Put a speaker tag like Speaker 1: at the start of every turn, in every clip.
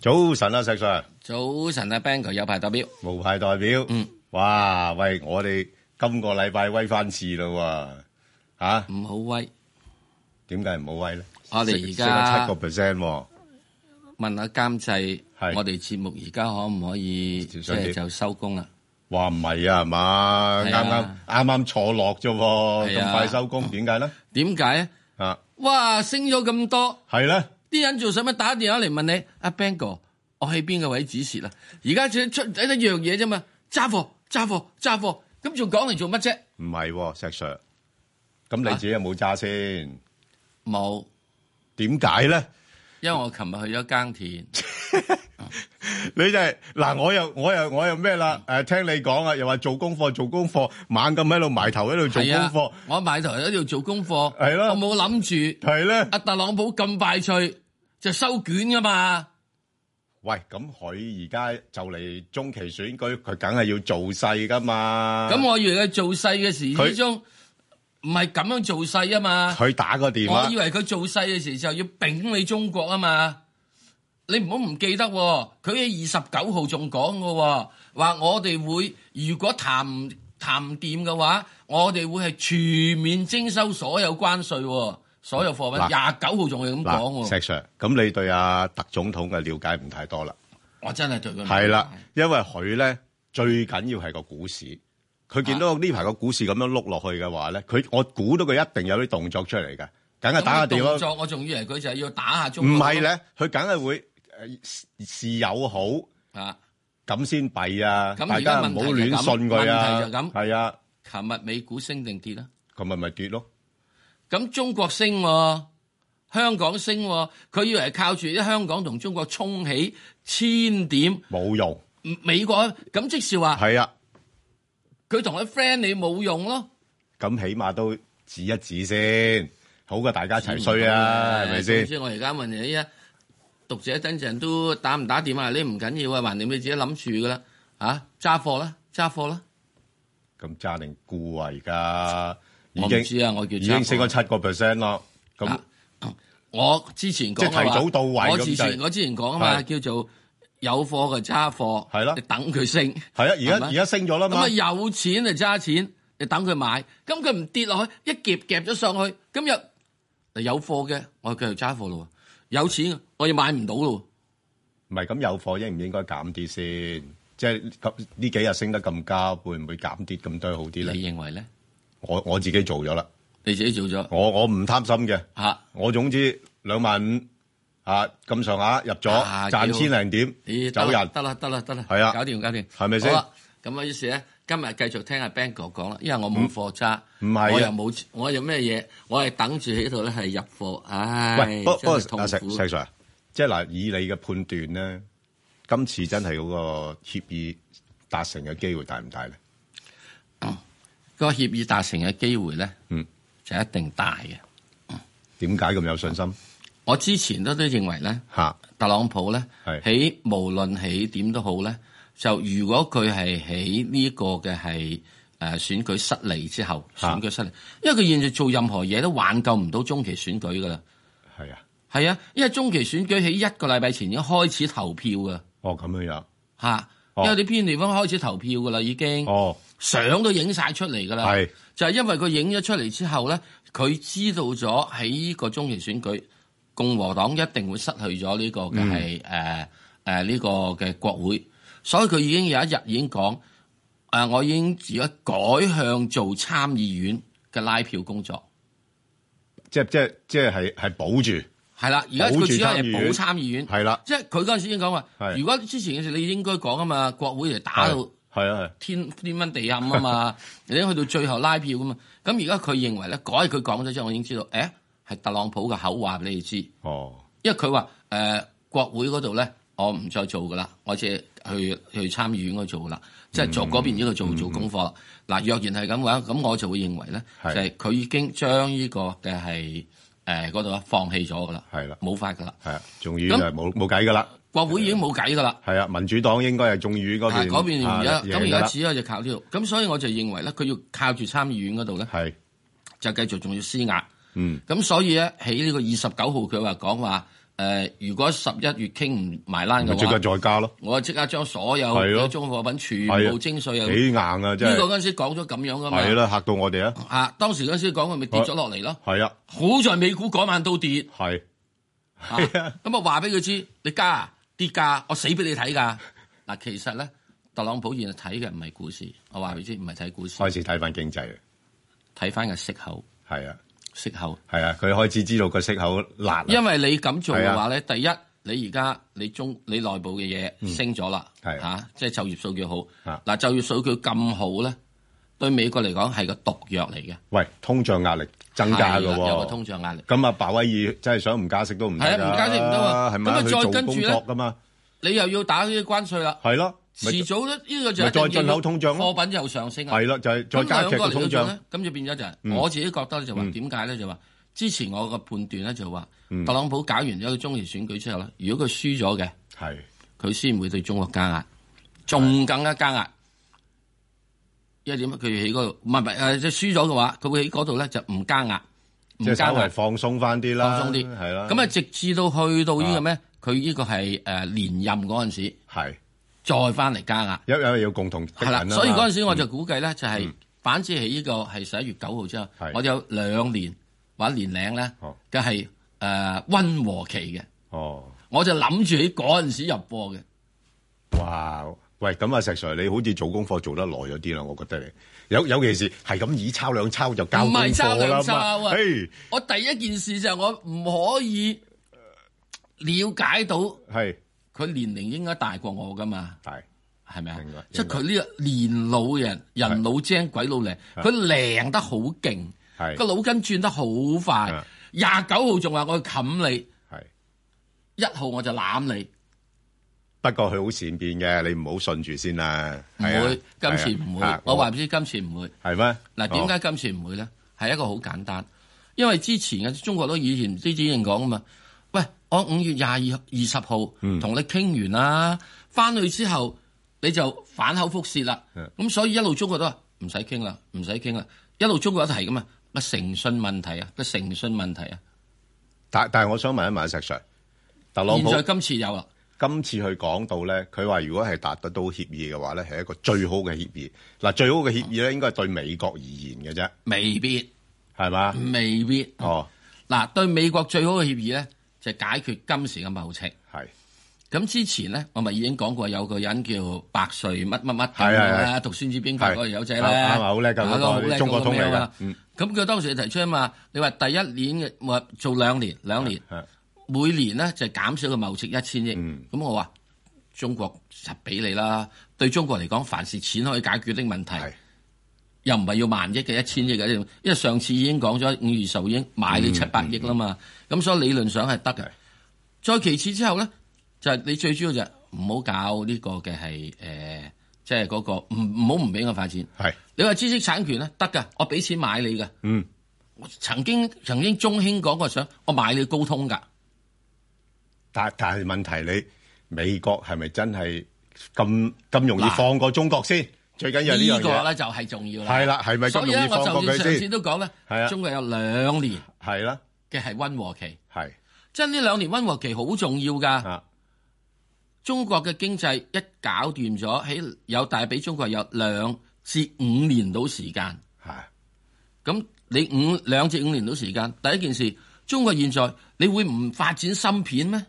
Speaker 1: 早晨啊，石 Sir，
Speaker 2: 早晨啊，Bang 哥有排代表，
Speaker 1: 無牌代表。嗯，哇，喂，我哋今個禮拜威翻次咯喎，嚇
Speaker 2: 唔好威。
Speaker 1: 點解唔好威咧？
Speaker 2: 我哋而家
Speaker 1: 七個 percent 喎，
Speaker 2: 問下監製
Speaker 1: 係，
Speaker 2: 我哋節目而家可唔可以即
Speaker 1: 上啲
Speaker 2: 係就收工啦？
Speaker 1: 話唔係啊，係嘛？啱
Speaker 2: 係
Speaker 1: 啱
Speaker 2: 啊
Speaker 1: 啱啱坐落啫喎，
Speaker 2: 係啊
Speaker 1: 咁快收工，點解咧？
Speaker 2: 點解咧？
Speaker 1: 啊，
Speaker 2: 哇，升咗咁多，
Speaker 1: 係咧，
Speaker 2: 啲人做使乜打電話嚟問你？阿 Bang 哥，我喺邊個位止蝕啊？而家只出一樣嘢啫嘛，揸貨揸貨揸貨，咁仲講嚟做乜啫？
Speaker 1: 唔係喎，石 Sir，咁你自己有冇揸先？
Speaker 2: 冇，
Speaker 1: 點解咧？
Speaker 2: 因為我琴日去咗耕田，
Speaker 1: 你就係嗱，我又我又我又咩啦？誒，聽你講啊，又話做功課做功課，猛咁喺度埋頭喺 度做功
Speaker 2: 係啊
Speaker 1: 課，，
Speaker 2: 我買台喺度做功課，
Speaker 1: 係咯
Speaker 2: 我冇諗住。
Speaker 1: 係咧。
Speaker 2: 阿特朗普咁敗趣，就收卷噶嘛？
Speaker 1: 喂，咁佢而家就嚟中期選舉，佢梗係要做勢噶嘛。
Speaker 2: 咁我以為佢做勢嘅時
Speaker 1: 啊佢
Speaker 2: 之中，唔係咁樣做勢啊嘛。
Speaker 1: 佢打個電
Speaker 2: 我
Speaker 1: 話
Speaker 2: 以，為佢做勢嘅時就要丙你中國啊嘛。你唔好唔記得、喎，佢喺二十九號仲講嘅喎，話我哋會如果談唔談唔掂嘅話，我哋會係全面徵收所有關税、喎，所有貨
Speaker 1: 嗱
Speaker 2: 品。廿九號仲係咁講
Speaker 1: 嗱，石
Speaker 2: 喎，
Speaker 1: Sir，咁你對阿特總統嘅了解唔太多啦。
Speaker 2: 我真係對佢唔
Speaker 1: 係啦，因為佢咧最緊要係個股市，佢見到呢排個股市咁樣碌落去嘅話咧，佢我估到佢一定有啲動作出嚟嘅，梗係
Speaker 2: 咁
Speaker 1: 啊打下
Speaker 2: 嘅
Speaker 1: 電
Speaker 2: 動
Speaker 1: 話。
Speaker 2: 作，我仲以為佢就係要打下中
Speaker 1: 唔
Speaker 2: 國。
Speaker 1: 係咧，佢梗係會誒是是友好
Speaker 2: 啊！
Speaker 1: 咁先弊啊！
Speaker 2: 咁
Speaker 1: 大
Speaker 2: 而
Speaker 1: 家
Speaker 2: 家
Speaker 1: 唔好
Speaker 2: 問題
Speaker 1: 亂
Speaker 2: 就咁
Speaker 1: 信佢啊！
Speaker 2: 問題就咁
Speaker 1: 係啊，
Speaker 2: 琴日美股升定跌啦？
Speaker 1: 咁咪咪跌咯。
Speaker 2: 咁中國升、喎，香港升、喎，佢以為係靠住啲香港同中國衝起千點，
Speaker 1: 冇用，
Speaker 2: 嗯美國咁即是話
Speaker 1: 係啊，
Speaker 2: 佢同佢 friend 你冇用咯，
Speaker 1: 咁起碼都指一指先，好過大家一齊衰啊，係咪
Speaker 2: 總
Speaker 1: 先？
Speaker 2: 之我而家問你啊，讀者等陣都打唔打電話？你唔緊要啊，橫掂你自己諗住噶啦，啊揸貨啦，揸貨啦，
Speaker 1: 咁揸定沽啊，而家
Speaker 2: 我
Speaker 1: 已
Speaker 2: 唔
Speaker 1: 經
Speaker 2: 知啊，我叫
Speaker 1: 已
Speaker 2: 揸
Speaker 1: 經升咗
Speaker 2: 貨。
Speaker 1: 七個 percent 咯。咁
Speaker 2: 啊我之前講
Speaker 1: 即係提
Speaker 2: 嘅話
Speaker 1: 早到位
Speaker 2: 我
Speaker 1: 咁
Speaker 2: 之前
Speaker 1: 就
Speaker 2: 我之前講啊嘛，
Speaker 1: 係
Speaker 2: 叫做有貨就揸貨，
Speaker 1: 係啦
Speaker 2: 你等佢升。
Speaker 1: 係啊，而
Speaker 2: 係
Speaker 1: 家
Speaker 2: 咪
Speaker 1: 而家升咗啦
Speaker 2: 咁
Speaker 1: 嘛
Speaker 2: 啊，有錢就揸錢，你等佢買，咁佢唔跌落去，一夾夾咗上去，咁又嗱有貨嘅，我繼續揸貨咯喎。有錢嘅我又買唔到咯
Speaker 1: 唔係咁有貨應唔應該減啲先？即係咁呢幾日升得咁急，會唔會減啲咁多好啲咧？
Speaker 2: 喎。你認為咧？
Speaker 1: 我我自己做咗啦，
Speaker 2: 你自己做咗
Speaker 1: 我我唔貪心嘅。
Speaker 2: 嚇，
Speaker 1: 我總之兩萬五啊咁上下入咗
Speaker 2: 啊
Speaker 1: 賺
Speaker 2: 叫
Speaker 1: 千零
Speaker 2: 咦
Speaker 1: 點走人，
Speaker 2: 得啦得啦得啦，
Speaker 1: 係啊
Speaker 2: 搞掂搞掂，
Speaker 1: 係咪先
Speaker 2: 好啦咁啊，於是咧，今日繼續聽阿 Bang 哥講啦，因為我冇貨揸，
Speaker 1: 唔係啊
Speaker 2: 我又冇，我又咩嘢，我係等住喺度咧係入貨，唉，
Speaker 1: 喂，不不過
Speaker 2: 真係
Speaker 1: 阿石
Speaker 2: 痛苦
Speaker 1: 石 Sir，即係嗱，以你嘅判斷咧，今次真係嗰個協議達成嘅機會大唔大咧？
Speaker 2: 個協議達成嘅機會咧，
Speaker 1: 嗯，
Speaker 2: 就一定大嘅。
Speaker 1: 點解咁有信心
Speaker 2: 我之前都都認為咧，
Speaker 1: 嚇？
Speaker 2: 特朗普咧
Speaker 1: 係
Speaker 2: 喺無論起點都好咧，就如果佢係喺呢個嘅係誒選舉失利之後，
Speaker 1: 啊
Speaker 2: 選舉失利，因為佢現在做任何嘢都挽救唔到中期選舉噶啦。
Speaker 1: 係啊，
Speaker 2: 係啊，因為中期選舉喺一個禮拜前已經開始投票噶
Speaker 1: 哦咁樣樣，
Speaker 2: 嚇，
Speaker 1: 哦
Speaker 2: 因為啲偏地方開始投票噶啦，已經
Speaker 1: 哦
Speaker 2: 相都影晒出嚟噶啦。
Speaker 1: 係
Speaker 2: 就係因為佢影咗出嚟之後咧，佢知道咗喺呢個中期選舉，共和黨一定會失去咗呢個嘅
Speaker 1: 嗯
Speaker 2: 係誒誒呢個嘅國會，所以佢已經有一日已經講誒、呃我已經而家改向做參議院嘅拉票工作，
Speaker 1: 即係即係即係係係保住，
Speaker 2: 係啦，而家
Speaker 1: 保住
Speaker 2: 佢只
Speaker 1: 參議
Speaker 2: 係
Speaker 1: 院
Speaker 2: 補參議院，
Speaker 1: 係啦，
Speaker 2: 即係佢嗰陣時已經講話，
Speaker 1: 係
Speaker 2: 如果之前嘅事你應該講啊嘛，國會嚟打到
Speaker 1: 係。係啊係，
Speaker 2: 天天昏地暗啊嘛，你去到最後拉票噶嘛。咁而家佢認為咧，改佢講咗之後，我已經知道，誒係特朗普嘅口話俾你哋知，
Speaker 1: 哦
Speaker 2: 因為佢話誒國會嗰度咧，我唔再做噶啦，我只係去去參議院嗰度做噶啦，即係做嗰邊呢度做做功課啦。嗱，若然係咁嘅話，咁我就會認為咧，就
Speaker 1: 係
Speaker 2: 係佢已經將呢個嘅係誒嗰度啊放棄咗噶啦，
Speaker 1: 係啦
Speaker 2: 冇法噶啦，
Speaker 1: 係啊，眾議院就係冇冇計㗎啦，
Speaker 2: 國會已經冇計噶啦。
Speaker 1: 係啊，民主黨應該係眾議院嗰
Speaker 2: 啊
Speaker 1: 邊
Speaker 2: 嗰邊而
Speaker 1: 啊
Speaker 2: 家咁
Speaker 1: 贏
Speaker 2: 而
Speaker 1: 㗎
Speaker 2: 家
Speaker 1: 啦
Speaker 2: 只可以就靠呢度，咁所以我就認為咧，佢要靠住參議院嗰度咧，
Speaker 1: 係
Speaker 2: 就繼續仲要施壓。
Speaker 1: 嗯
Speaker 2: 咁所以咧喺呢個二十九號，佢話講話誒，如果十一月傾唔埋單
Speaker 1: 咪
Speaker 2: 嘅
Speaker 1: 即刻
Speaker 2: 話，
Speaker 1: 再加咯，
Speaker 2: 啊我即刻將所有
Speaker 1: 係咯
Speaker 2: 嘅中貨品全
Speaker 1: 係啊
Speaker 2: 部徵税啊！
Speaker 1: 幾硬啊真
Speaker 2: 呢個
Speaker 1: 係，
Speaker 2: 嗰陣時講咗咁樣噶嘛，
Speaker 1: 係啦，嚇到我哋啊，
Speaker 2: 啊，當時嗰陣時講佢咪跌咗落嚟咯。
Speaker 1: 係啊，
Speaker 2: 好在美股嗰晚都跌，
Speaker 1: 係
Speaker 2: 啊
Speaker 1: 係啊，
Speaker 2: 咁啊話俾佢知，你加啊跌價，我死俾你睇㗎。嗱，其實咧，特朗普現在睇嘅唔係股市，我話俾你知，唔係睇股市，
Speaker 1: 開始睇翻經濟啦，啊
Speaker 2: 睇翻個息口，
Speaker 1: 係啊，
Speaker 2: 息口。
Speaker 1: 係啊，佢開始知道個息口辣啊啦，啊
Speaker 2: 因為你咁做嘅話咧，第一，你而家你中你內部嘅嘢升咗啦，
Speaker 1: 嗯係
Speaker 2: 嚇，即係就業數據好。
Speaker 1: 啊
Speaker 2: 嗱，就業數據咁好咧，對美國嚟講係個毒藥嚟嘅，
Speaker 1: 喂，通脹壓力增加
Speaker 2: 係
Speaker 1: 㗎
Speaker 2: 啦有個
Speaker 1: 喎。
Speaker 2: 通脹壓力。
Speaker 1: 咁啊，鮑威爾真係想唔加息都唔得
Speaker 2: 係啊唔加息唔得啊
Speaker 1: 係咪
Speaker 2: 咁啊
Speaker 1: 佢
Speaker 2: 再
Speaker 1: 做
Speaker 2: 跟住
Speaker 1: 工
Speaker 2: 咧
Speaker 1: 作噶嘛，
Speaker 2: 你又要打呢啲關税啦，
Speaker 1: 係咯，咪
Speaker 2: 遲早咧呢個就
Speaker 1: 咪
Speaker 2: 一定
Speaker 1: 再進口通脹
Speaker 2: 要
Speaker 1: 咯
Speaker 2: 貨品又上升啊。
Speaker 1: 係咯，就係再
Speaker 2: 咁
Speaker 1: 加
Speaker 2: 兩
Speaker 1: 劇
Speaker 2: 個
Speaker 1: 個
Speaker 2: 嚟
Speaker 1: 通
Speaker 2: 到做
Speaker 1: 脹
Speaker 2: 咧，，咁就變咗就係、
Speaker 1: 嗯
Speaker 2: 我自己覺得咧就話
Speaker 1: 嗯
Speaker 2: 點解咧就話之前我個判斷咧就話、
Speaker 1: 嗯
Speaker 2: 特朗普搞完咗個中期選舉之後咧，如果佢輸咗嘅，
Speaker 1: 係
Speaker 2: 佢先會對中國加壓，仲更加加壓。因為點啊？佢喺嗰度，唔係唔係誒，即係輸咗嘅話，佢會喺嗰度咧就唔加壓，唔
Speaker 1: 即係
Speaker 2: 加
Speaker 1: 稍
Speaker 2: 壓
Speaker 1: 微，放鬆翻啲啦，
Speaker 2: 放鬆啲，
Speaker 1: 係啦。
Speaker 2: 咁啊，直至到去到呢個
Speaker 1: 啊
Speaker 2: 咩？佢呢個係誒連任嗰陣時，
Speaker 1: 係
Speaker 2: 再翻嚟加壓。
Speaker 1: 有有有共同啊敵
Speaker 2: 係啦，
Speaker 1: 人嗯啦，
Speaker 2: 所以嗰陣時我就估計咧，就係反之喺呢個係十一月九號之後
Speaker 1: 係，
Speaker 2: 我有兩年或者年零咧
Speaker 1: 哦
Speaker 2: 嘅係誒呃温和期嘅，
Speaker 1: 哦，
Speaker 2: 我就諗住喺嗰陣時入波嘅。
Speaker 1: 哇！喂，咁啊，石 Sir，你好似做功課做得耐咗啲啦，我覺得你有尤其是係咁以抄兩抄就交
Speaker 2: 唔
Speaker 1: 功
Speaker 2: 係抄
Speaker 1: 課啦
Speaker 2: 兩抄
Speaker 1: 嘛
Speaker 2: 啊，
Speaker 1: 誒
Speaker 2: 我第一件事就係我唔可以了解到
Speaker 1: 係
Speaker 2: 佢年齡應該大過我噶嘛，
Speaker 1: 係
Speaker 2: 係咪啊
Speaker 1: 應該？
Speaker 2: 即係佢呢個年老人，人老精鬼老靈，佢靈得好勁，
Speaker 1: 係
Speaker 2: 個腦筋轉得好快
Speaker 1: 啊。
Speaker 2: 廿九號仲話我冚你，
Speaker 1: 係。
Speaker 2: 一號我就攬你。
Speaker 1: 不過佢好善變嘅，你唔好信住先啦。
Speaker 2: 唔
Speaker 1: 係啊
Speaker 2: 會，今次唔
Speaker 1: 係啊
Speaker 2: 會。我話唔知今次唔會。
Speaker 1: 係咩？哦
Speaker 2: 嗱，點解今次唔會咧？係一個好簡單，因為之前嘅中國都以前唔知之前講啊嘛。喂，我五月廿二二十號
Speaker 1: 嗯
Speaker 2: 同你傾完啦，翻去之後你就反口覆舌啦
Speaker 1: 嗯。
Speaker 2: 咁所以一路中國都話唔使傾啦，唔使傾啦。一路中國都係咁啊，個誠信問題啊，個誠信問題啊。
Speaker 1: 但但係我想問一問石 Sir，特朗
Speaker 2: 現
Speaker 1: 普
Speaker 2: 在今次有啦，
Speaker 1: 今次佢講到咧，佢話如果係達得到協議嘅話咧，係一個最好嘅協議。嗱，最好嘅協議咧，應該係對美國而言嘅啫，
Speaker 2: 未必，
Speaker 1: 係嘛？
Speaker 2: 未必。
Speaker 1: 哦，
Speaker 2: 嗱，對美國最好嘅協議咧，就係解決今時嘅貿赤。
Speaker 1: 係
Speaker 2: 咁之前咧，我咪已經講過有個人叫白瑞乜乜乜咁
Speaker 1: 係係
Speaker 2: 樣啦，讀孫子兵法嗰個友仔咧，
Speaker 1: 係啱啱好叻㗎
Speaker 2: 啊
Speaker 1: 嗰個
Speaker 2: 好叻
Speaker 1: 中國通嚟㗎
Speaker 2: 嗰個咩啊
Speaker 1: 嗯
Speaker 2: 咁佢當時提出啊嘛，你話第一年嘅話做兩年，兩年
Speaker 1: 係
Speaker 2: 每年咧就減少個貿赤一千億。
Speaker 1: 嗯
Speaker 2: 咁我話中國實俾你啦，對中國嚟講，凡是錢可以解決的問題
Speaker 1: 係，
Speaker 2: 又唔係要萬億嘅一千億嘅，因為上次已經講咗五月十號已經買
Speaker 1: 嗯
Speaker 2: 你七百億啦嘛，咁、所以理論上係得嘅
Speaker 1: 係。
Speaker 2: 再其次之後咧，就係、你最主要就係唔好搞呢個嘅係誒，即係嗰個唔唔好唔俾我發展。
Speaker 1: 係
Speaker 2: 你話知識產權咧得㗎，我俾錢買你㗎。
Speaker 1: 嗯，
Speaker 2: 我曾經曾經中興講過想我買你高通㗎，
Speaker 1: 但但係問題你美國係咪真係咁咁容易
Speaker 2: 嗱
Speaker 1: 放過中國先？最緊要
Speaker 2: 呢
Speaker 1: 呢
Speaker 2: 個
Speaker 1: 樣嘢
Speaker 2: 咧就係重要啦。
Speaker 1: 係啦，係咪咁
Speaker 2: 所以
Speaker 1: 容
Speaker 2: 咧
Speaker 1: 易，
Speaker 2: 我
Speaker 1: 放過
Speaker 2: 就算上
Speaker 1: 佢
Speaker 2: 次
Speaker 1: 先？
Speaker 2: 都講咧
Speaker 1: 係啊，
Speaker 2: 中國有兩年
Speaker 1: 係啦，
Speaker 2: 嘅係温和期，
Speaker 1: 係
Speaker 2: 即係呢兩年温和期好重要㗎。
Speaker 1: 啊，
Speaker 2: 中國嘅經濟一搞掂咗，喺有大俾中國有兩至五年到時間。
Speaker 1: 係
Speaker 2: 咁你五兩至五年到時間，第一件事，中國現在你會唔發展芯片咩？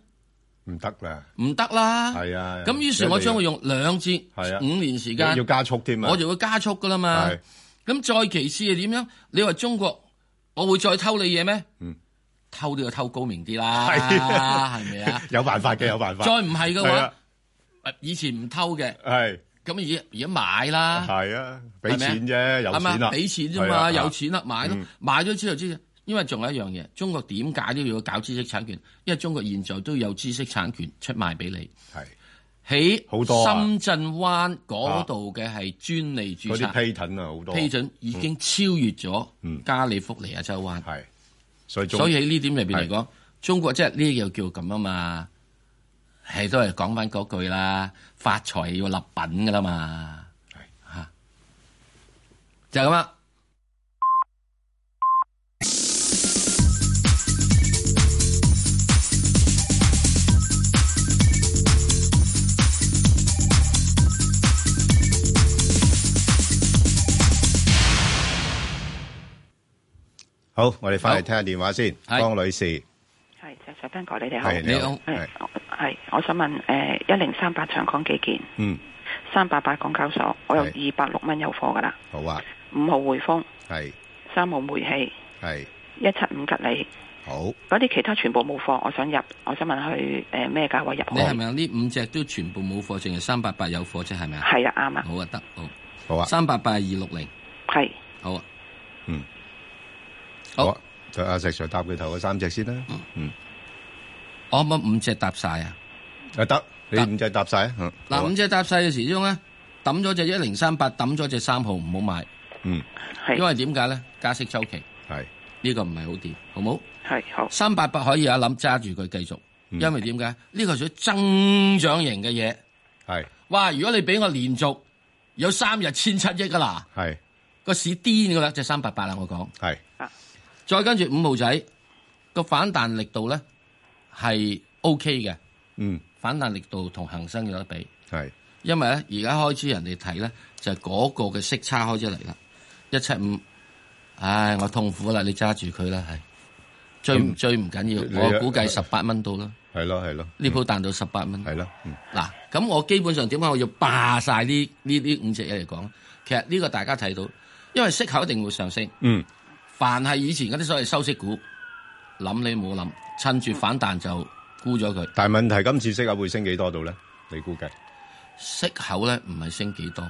Speaker 1: 唔得啦，
Speaker 2: 唔得啦。
Speaker 1: 係啊。
Speaker 2: 咁於是我將會用兩至
Speaker 1: 係啊
Speaker 2: 五年時
Speaker 1: 要要
Speaker 2: 間，
Speaker 1: 加速添啊，
Speaker 2: 我就會加速噶啦嘛
Speaker 1: 係。
Speaker 2: 咁再其次係點樣？你話中國，我會再偷你嘢咩？
Speaker 1: 嗯
Speaker 2: 偷都要偷高明啲啦，
Speaker 1: 係啊
Speaker 2: 係咪啊？
Speaker 1: 有辦法嘅，有辦法。
Speaker 2: 再唔係嘅
Speaker 1: 係
Speaker 2: 話
Speaker 1: 啊，
Speaker 2: 以前唔偷嘅，
Speaker 1: 係
Speaker 2: 咁而而家買啦。
Speaker 1: 係啊，俾
Speaker 2: 係咪啊
Speaker 1: 錢啫，有錢
Speaker 2: 係
Speaker 1: 啦，
Speaker 2: 咪俾錢啫
Speaker 1: 係啊
Speaker 2: 嘛，有錢啦，買咯，買咗之後知，因為仲有一樣嘢，中國點解都要搞知識產權？因為中國現在都有知識產權出賣俾你，
Speaker 1: 係
Speaker 2: 喺
Speaker 1: 好多啊
Speaker 2: 深圳灣嗰度嘅係專利註
Speaker 1: 嗰啲
Speaker 2: 冊
Speaker 1: patent 啊，好多
Speaker 2: 批准已經超越咗
Speaker 1: 嗯
Speaker 2: 加利福尼亞州灣，
Speaker 1: 係，所以中
Speaker 2: 所以喺呢點入邊嚟講，中國即係呢又叫咁啊嘛，係都係講翻嗰句啦，發財要立品噶啦嘛，嚇就係咁啊啦。
Speaker 1: 好，我哋翻嚟聽下電話先，
Speaker 2: 係
Speaker 1: 江女士
Speaker 3: 係石石斌哥，你哋好。
Speaker 1: 係你好
Speaker 2: 你，
Speaker 1: 係
Speaker 3: 係係，我想問誒一零三八長江基建，
Speaker 1: 嗯
Speaker 3: 三八八港交所，我有
Speaker 1: 係
Speaker 3: 二百六蚊有貨噶啦，
Speaker 1: 好啊，
Speaker 3: 五號匯豐，
Speaker 1: 係
Speaker 3: 三號煤氣，
Speaker 1: 係
Speaker 3: 一七五吉利，
Speaker 1: 好，
Speaker 3: 嗰啲其他全部冇貨，我想入，我想問佢誒咩價位入
Speaker 2: 你係
Speaker 3: 好？
Speaker 2: 咪啊呢五隻都全部冇貨，淨係三八八有貨啫？係咪啊？
Speaker 3: 係啊，啱啊，
Speaker 2: 好啊，得好。
Speaker 1: 好啊，
Speaker 2: 三八八二六零，
Speaker 3: 係
Speaker 2: 好啊。
Speaker 1: 嗯，
Speaker 2: 好
Speaker 1: 好啊，就阿石 Sir 答佢頭嗰三隻先啦，嗯，
Speaker 2: 我可唔可以五隻搭晒啊？
Speaker 1: 啊得，你
Speaker 2: 得
Speaker 1: 五隻答晒啊，嗯好
Speaker 2: 嗱，
Speaker 1: 啊
Speaker 2: 五隻搭晒嘅時鐘咧，抌咗隻一零三八，抌咗隻三號，唔好買，
Speaker 1: 嗯
Speaker 3: 係
Speaker 2: 因為點解咧？加息周期
Speaker 1: 係
Speaker 2: 呢個唔係好掂，好冇？
Speaker 3: 係好，
Speaker 2: 三八八可以啊，諗揸住佢繼續，
Speaker 1: 嗯
Speaker 2: 因為點解？呢個係屬於增長型嘅嘢。
Speaker 1: 係
Speaker 2: 哇！如果你俾我連續有三日千七億噶啦，
Speaker 1: 係
Speaker 2: 個市癲噶啦，隻三八八啦，我講。
Speaker 1: 係
Speaker 2: 再跟住五號仔個反彈力度咧係 O K 嘅，
Speaker 1: 嗯
Speaker 2: 反彈力度同恒生有得比，
Speaker 1: 係
Speaker 2: 因為咧而家開始人哋睇咧就係嗰個嘅息差開始嚟啦，一七五，唉，我痛苦啦，你揸住佢啦，係最唔最唔緊
Speaker 1: 你啊
Speaker 2: 要，我估計十八蚊到啦，
Speaker 1: 係咯係咯，嗯
Speaker 2: 呢鋪彈到十八蚊。
Speaker 1: 係咯，嗯
Speaker 2: 嗱，咁我基本上點解我要霸晒呢呢呢五隻嘢嚟講？其實呢個大家睇到，因為息口一定會上升。
Speaker 1: 嗯
Speaker 2: 凡係以前嗰啲所謂收息股，諗你冇諗，趁住反彈就沽咗佢。
Speaker 1: 但係問題今次息口會升幾多度咧？你估計啊
Speaker 2: 息口咧唔係升幾多，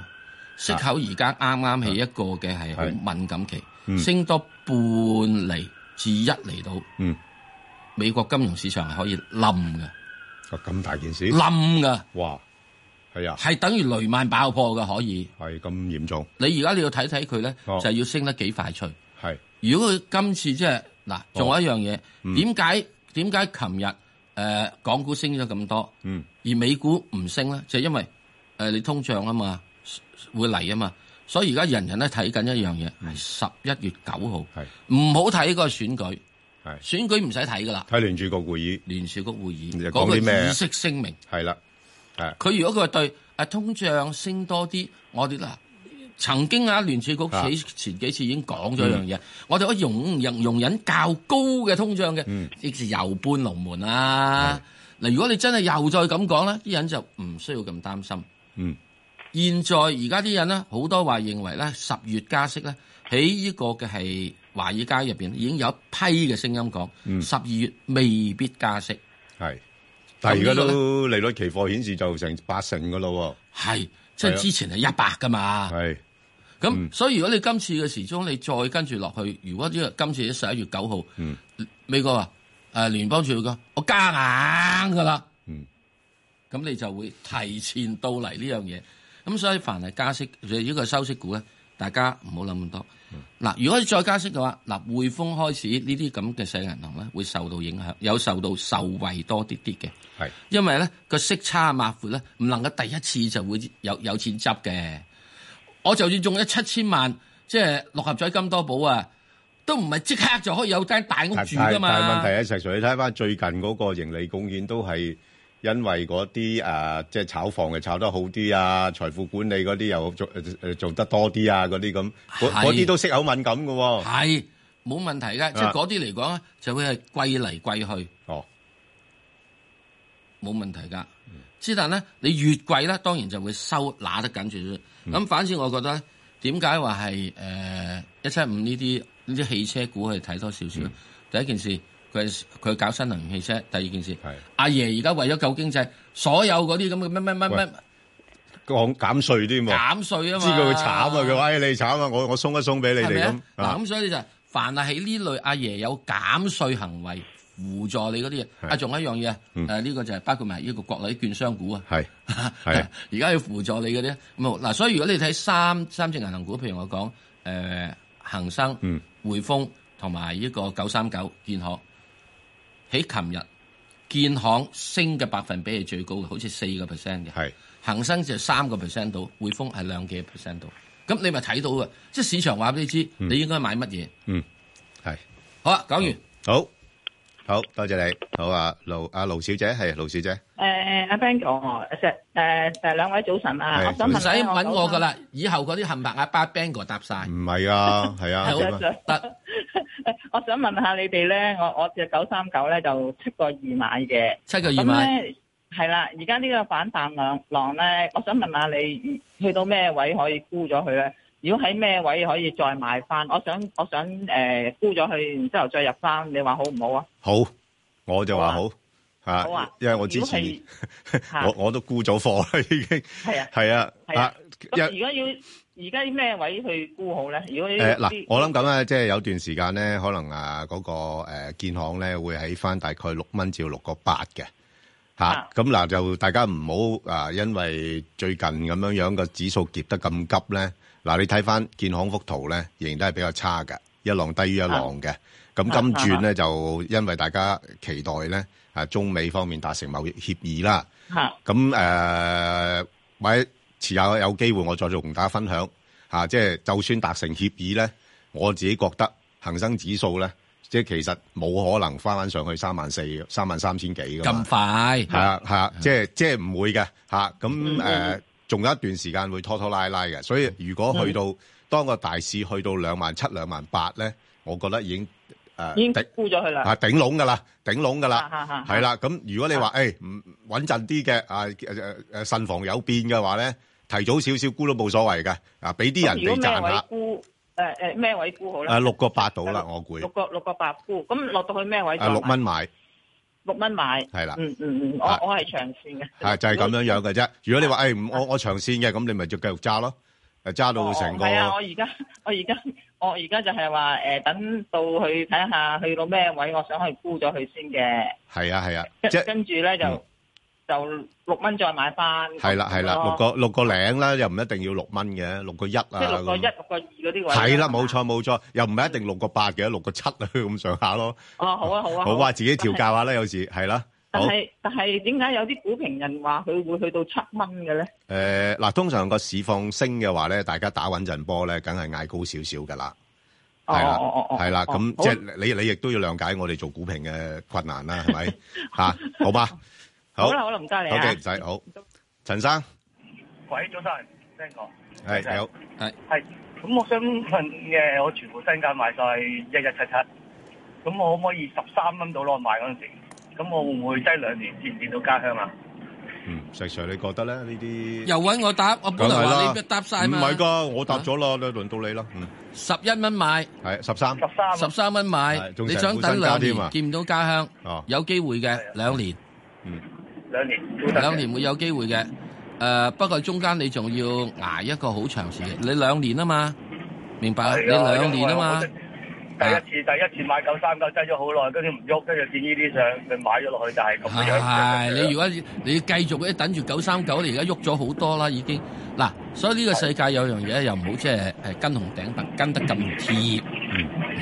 Speaker 2: 息口而家啱啱起一個嘅係好敏感期，
Speaker 1: 嗯
Speaker 2: 升多半厘至一厘到，
Speaker 1: 嗯
Speaker 2: 美國金融市場係可以冧嘅，
Speaker 1: 啊咁大件事，
Speaker 2: 冧嘅
Speaker 1: 哇係啊
Speaker 2: 係等於雷曼爆破嘅可以。
Speaker 1: 係咁嚴重，
Speaker 2: 你而家你要睇睇佢咧，
Speaker 1: 哦
Speaker 2: 就係要升得幾快脆。
Speaker 1: 係哦嗯
Speaker 2: 如果佢今次即係嗱，仲有一樣嘢，點解點解琴日誒港股升咗咁多，
Speaker 1: 嗯
Speaker 2: 而美股唔升咧？就因為誒、呃你通脹啊嘛，會嚟啊嘛，所以而家人人咧睇緊一樣嘢，係十一月九號，唔
Speaker 1: 嗯係
Speaker 2: 好睇個選舉，
Speaker 1: 係
Speaker 2: 選舉唔使睇噶啦，
Speaker 1: 睇聯儲局會議
Speaker 2: 聯儲局會議
Speaker 1: 你又
Speaker 2: 嗰
Speaker 1: 講
Speaker 2: 個
Speaker 1: 啲咩啊
Speaker 2: 議息聲明，
Speaker 1: 係啦係
Speaker 2: 佢如果佢係對啊通脹升多啲，我哋嗱。曾經啊，聯儲
Speaker 1: 啊嗯
Speaker 2: 局前幾次已經講咗一樣嘢，我哋可以容容容忍較高嘅通脹嘅，
Speaker 1: 嗯
Speaker 2: 亦是又搬龍門啦。嗱，如果你真係又再咁講咧，啲人就唔需要咁擔心。
Speaker 1: 嗯
Speaker 2: 現在而家啲人咧，好多話認為咧，十月加息咧，喺呢個嘅係華爾街入邊已經有一批嘅聲音講，十二月未必加息。
Speaker 1: 嗯係，但係而家
Speaker 2: 咁呢個
Speaker 1: 都利率期貨顯示就成八成噶咯
Speaker 2: 係，即
Speaker 1: 係啊
Speaker 2: 係之前係一百噶嘛
Speaker 1: 喎，。係嗯
Speaker 2: 咁、所以如果你今次嘅時鐘你再跟住落去，如果呢個今次十一月九號，
Speaker 1: 嗯
Speaker 2: 美國話誒聯邦儲備局我加硬噶啦，
Speaker 1: 嗯
Speaker 2: 咁你就會提前到嚟呢樣嘢。咁所以凡係加息，就呢個收息股咧，大家唔好諗咁多。
Speaker 1: 嗯
Speaker 2: 嗱、如果你再加息嘅話，嗱匯豐開始呢啲咁嘅細銀行咧，會受到影響，有受到受惠多啲啲嘅，
Speaker 1: 係
Speaker 2: 因為咧個息差抹闊咧，唔能夠第一次就會有有錢執嘅。我就算中咗七千萬，即係六合彩金多寶啊，都唔係即刻就可以有間大屋
Speaker 1: 但
Speaker 2: 住噶嘛。
Speaker 1: 但但問題咧，啊石 Sir，你睇翻最近嗰個盈利貢獻都係因為嗰啲誒，即係炒房嘅炒得好啲啊，財富管理嗰啲又做誒做得多啲啊，嗰啲咁，嗰
Speaker 2: 係
Speaker 1: 嗰啲都息口敏感嘅喎。
Speaker 2: 係冇問題噶，即係嗰啲嚟講咧，啊就會係貴嚟貴去，
Speaker 1: 啊哦，嗯
Speaker 2: 冇問題噶。之但咧，你越貴咧，當然就會收拿得緊住啲。咁、
Speaker 1: 嗯
Speaker 2: 反之，我覺得咧，點解話係誒一七五呢啲呢啲汽車股去睇多少
Speaker 1: 嗯
Speaker 2: 少咧？第一件事，佢係佢搞新能源汽車；第二件事
Speaker 1: 係，
Speaker 2: 阿爺而家為咗救經濟，所有嗰啲咁嘅乜乜乜乜
Speaker 1: 講減税添喎，
Speaker 2: 減税啊嘛，
Speaker 1: 知佢會慘啊，佢話誒你慘啊，我我鬆一鬆俾你
Speaker 2: 係咪
Speaker 1: 哋咁
Speaker 2: 啊嗱，
Speaker 1: 啊，
Speaker 2: 咁所以就係凡係喺呢類阿爺有減税行為輔助你嗰啲嘢，啊，仲有一樣嘢，誒呢個就係包括埋呢個國內啲券商股啊，
Speaker 1: 嗯 係係
Speaker 2: 而家要輔助你嗰啲，咁啊嗱，所以如果你睇三三隻銀行股，譬如我講誒恒生
Speaker 1: 嗯、
Speaker 2: 匯豐同埋呢個九三九建行，喺琴日建行升嘅百分比係最高嘅，好似四個 percent 嘅。
Speaker 1: 係
Speaker 2: 恒生就三個 percent 到，匯豐係兩幾 percent 到。咁你咪睇到嘅，即係市場話俾你知，
Speaker 1: 嗯
Speaker 2: 你應該買乜嘢。
Speaker 1: 係
Speaker 2: 好啦，講完。
Speaker 1: 好好多謝你，好啊，盧啊盧小姐係盧小姐，
Speaker 4: 誒阿 Ben 哥，誒誒誒呃兩位早晨啊！
Speaker 1: 係
Speaker 4: 我想
Speaker 2: 唔
Speaker 4: 問
Speaker 2: 使揾
Speaker 1: 嗯
Speaker 2: 我噶啦，以後嗰啲冚白阿巴 Bang 哥搭晒，
Speaker 1: 唔係啊，係啊，
Speaker 2: 係
Speaker 1: 點啊
Speaker 2: 好得
Speaker 4: 誒 我想問下你哋咧，我我只九三九咧就七個二買嘅，
Speaker 2: 七個二
Speaker 4: 咁
Speaker 2: 買，
Speaker 4: 咧係啦，而家呢個反彈浪浪咧，我想問下你去到咩位可以沽咗佢咧？如果喺咩位可以再買翻？我想我想誒、呃沽咗佢，然之後再入翻，你話好唔好啊？
Speaker 1: 好，我就話好嚇，
Speaker 4: 好啊
Speaker 1: 因為我之前
Speaker 4: 如 果係嚇
Speaker 1: 我我都沽咗貨啦，已經
Speaker 4: 係啊，
Speaker 1: 係啊
Speaker 4: 係啊
Speaker 1: 啊
Speaker 4: 咁而家要而家啲咩位去沽好咧？如果呢
Speaker 1: 誒嗱
Speaker 4: 啲，
Speaker 1: 我諗咁啊，即係有段時間咧，可能啊嗰個誒建行咧會喺翻大概六蚊至六個八嘅嚇
Speaker 4: 啊。
Speaker 1: 咁嗱就大家唔好啊，因為最近咁樣樣個指數跌得咁急咧，嗱你睇翻建行幅圖咧，仍然都係比較差嘅，一浪低於一浪
Speaker 4: 啊
Speaker 1: 嘅。咁今轉咧就因為大家期待咧啊中美方面達成貿易協議啦。
Speaker 4: 嚇
Speaker 1: 咁誒、呃或者遲下有機會我再同大家分享嚇、啊即係就算達成協議咧，我自己覺得恒生指數咧，即係其實冇可能翻翻上去三萬四、三萬三千幾噶
Speaker 2: 咁
Speaker 1: 嘛，
Speaker 2: 快
Speaker 1: 係啊係啊，即係即係唔會嘅嚇。咁、
Speaker 4: 嗯
Speaker 1: 誒，仲、有一段時間會拖拖拉拉嘅，所以如果去到、
Speaker 4: 嗯
Speaker 1: 當個大市去到兩萬七、兩萬八咧，我覺得已經呃誒
Speaker 4: 已經
Speaker 1: 頂
Speaker 4: 沽咗佢啦。
Speaker 1: 啊頂籠噶啦，頂籠噶啦。
Speaker 4: 嚇嚇
Speaker 1: 係啦，咁如果你話誒唔穩陣啲嘅啊誒誒誒慎防有變嘅話咧，提早少少沽都冇所謂嘅，啊俾啲人
Speaker 4: 如
Speaker 1: 哋
Speaker 4: 果咩
Speaker 1: 賺
Speaker 4: 位
Speaker 1: 下，
Speaker 4: 沽？誒誒咩位沽好咧？
Speaker 1: 啊六個八到啦，我估
Speaker 4: 六個六個八沽，咁落到去咩位？
Speaker 1: 啊六，蚊買
Speaker 4: 六蚊買。
Speaker 1: 係啦，
Speaker 4: 嗯嗯嗯，我
Speaker 1: 啊
Speaker 4: 我係長線嘅。
Speaker 1: 係就係咁樣樣嘅啫。如果你話誒唔我我長線嘅，咁你咪就繼續揸咯，誒揸
Speaker 4: 哦。
Speaker 1: 到成
Speaker 4: 哦
Speaker 1: 個
Speaker 4: 係啊！我而家 我而家我而家就係話誒，等到去睇下去到咩位，我想去沽咗佢先嘅。
Speaker 1: 係啊係啊，即
Speaker 4: 跟
Speaker 1: 係
Speaker 4: 跟住咧就
Speaker 1: 嗯
Speaker 4: 就六蚊再買翻。
Speaker 1: 係啦係啦，
Speaker 4: 咁
Speaker 1: 六
Speaker 4: 咯
Speaker 1: 個六個零啦，又唔一定要六蚊嘅，六個一啊
Speaker 4: 即係六個一、
Speaker 1: 咁。
Speaker 4: 六個二嗰啲位。
Speaker 1: 係啦，冇。錯冇錯，又唔係一定六個八嘅，六個七啊咁上下咯。
Speaker 4: 哦，好啊，好啊。
Speaker 1: 好啊，自己調教下啦，有時係啦。
Speaker 4: 但
Speaker 1: 好。
Speaker 4: 係但係點解有啲股評人話佢會去到七蚊嘅咧？
Speaker 1: 誒嗱、通常個市況升嘅話咧，大家打穩陣波咧，梗係嗌高少少噶啦，
Speaker 4: 哦
Speaker 1: 係啦
Speaker 4: 哦哦哦，
Speaker 1: 係啦，咁
Speaker 4: 好
Speaker 1: 即係你你亦都要諒解我哋做股評嘅困難啦，係咪嚇？好 嘛，好
Speaker 4: 好啦好啦，唔該你啊
Speaker 1: ，OK，唔使好，陳生
Speaker 5: 喂，早晨，聽講
Speaker 1: 係你好，
Speaker 5: 係，咁我想問嘅，我全部身家買晒一一七七，咁我可唔可以十三蚊到攞買嗰陣時？咁我會唔會低兩年見唔見到家鄉啊？
Speaker 1: 嗯，石 Sir 你覺得咧呢啲？
Speaker 2: 又揾我答，我本來話你答晒
Speaker 1: 唔
Speaker 2: 嘛，
Speaker 1: 係噶，我答咗啦，輪到你啦，嗯，
Speaker 2: 十一蚊買，
Speaker 1: 係十三，
Speaker 5: 十三
Speaker 2: 十三蚊買
Speaker 1: 係，仲
Speaker 2: 你
Speaker 1: 成
Speaker 2: 想
Speaker 1: 副
Speaker 2: 等
Speaker 1: 身家
Speaker 2: 兩
Speaker 1: 添啊
Speaker 2: 年見唔到家鄉，
Speaker 1: 哦，
Speaker 2: 有機會嘅
Speaker 5: 係啊
Speaker 2: 兩年，
Speaker 5: 兩年，都得嘅
Speaker 2: 兩年會有機會嘅。誒，不過中間你仲要捱一個好長時間，你兩年啊嘛，明白啊？你
Speaker 5: 係啊
Speaker 2: 兩年啊嘛，
Speaker 5: 因為我第一次
Speaker 1: 啊
Speaker 5: 第一次買九三九擠咗好耐，跟住唔喐，跟住見呢啲上，咪買咗落去，就係咁樣。
Speaker 2: 啊係你如果你繼續咧等住九三九，你而家喐咗好多啦已經。嗱，所以呢個世界有樣嘢又唔好即係誒跟紅頂白，跟得咁貼，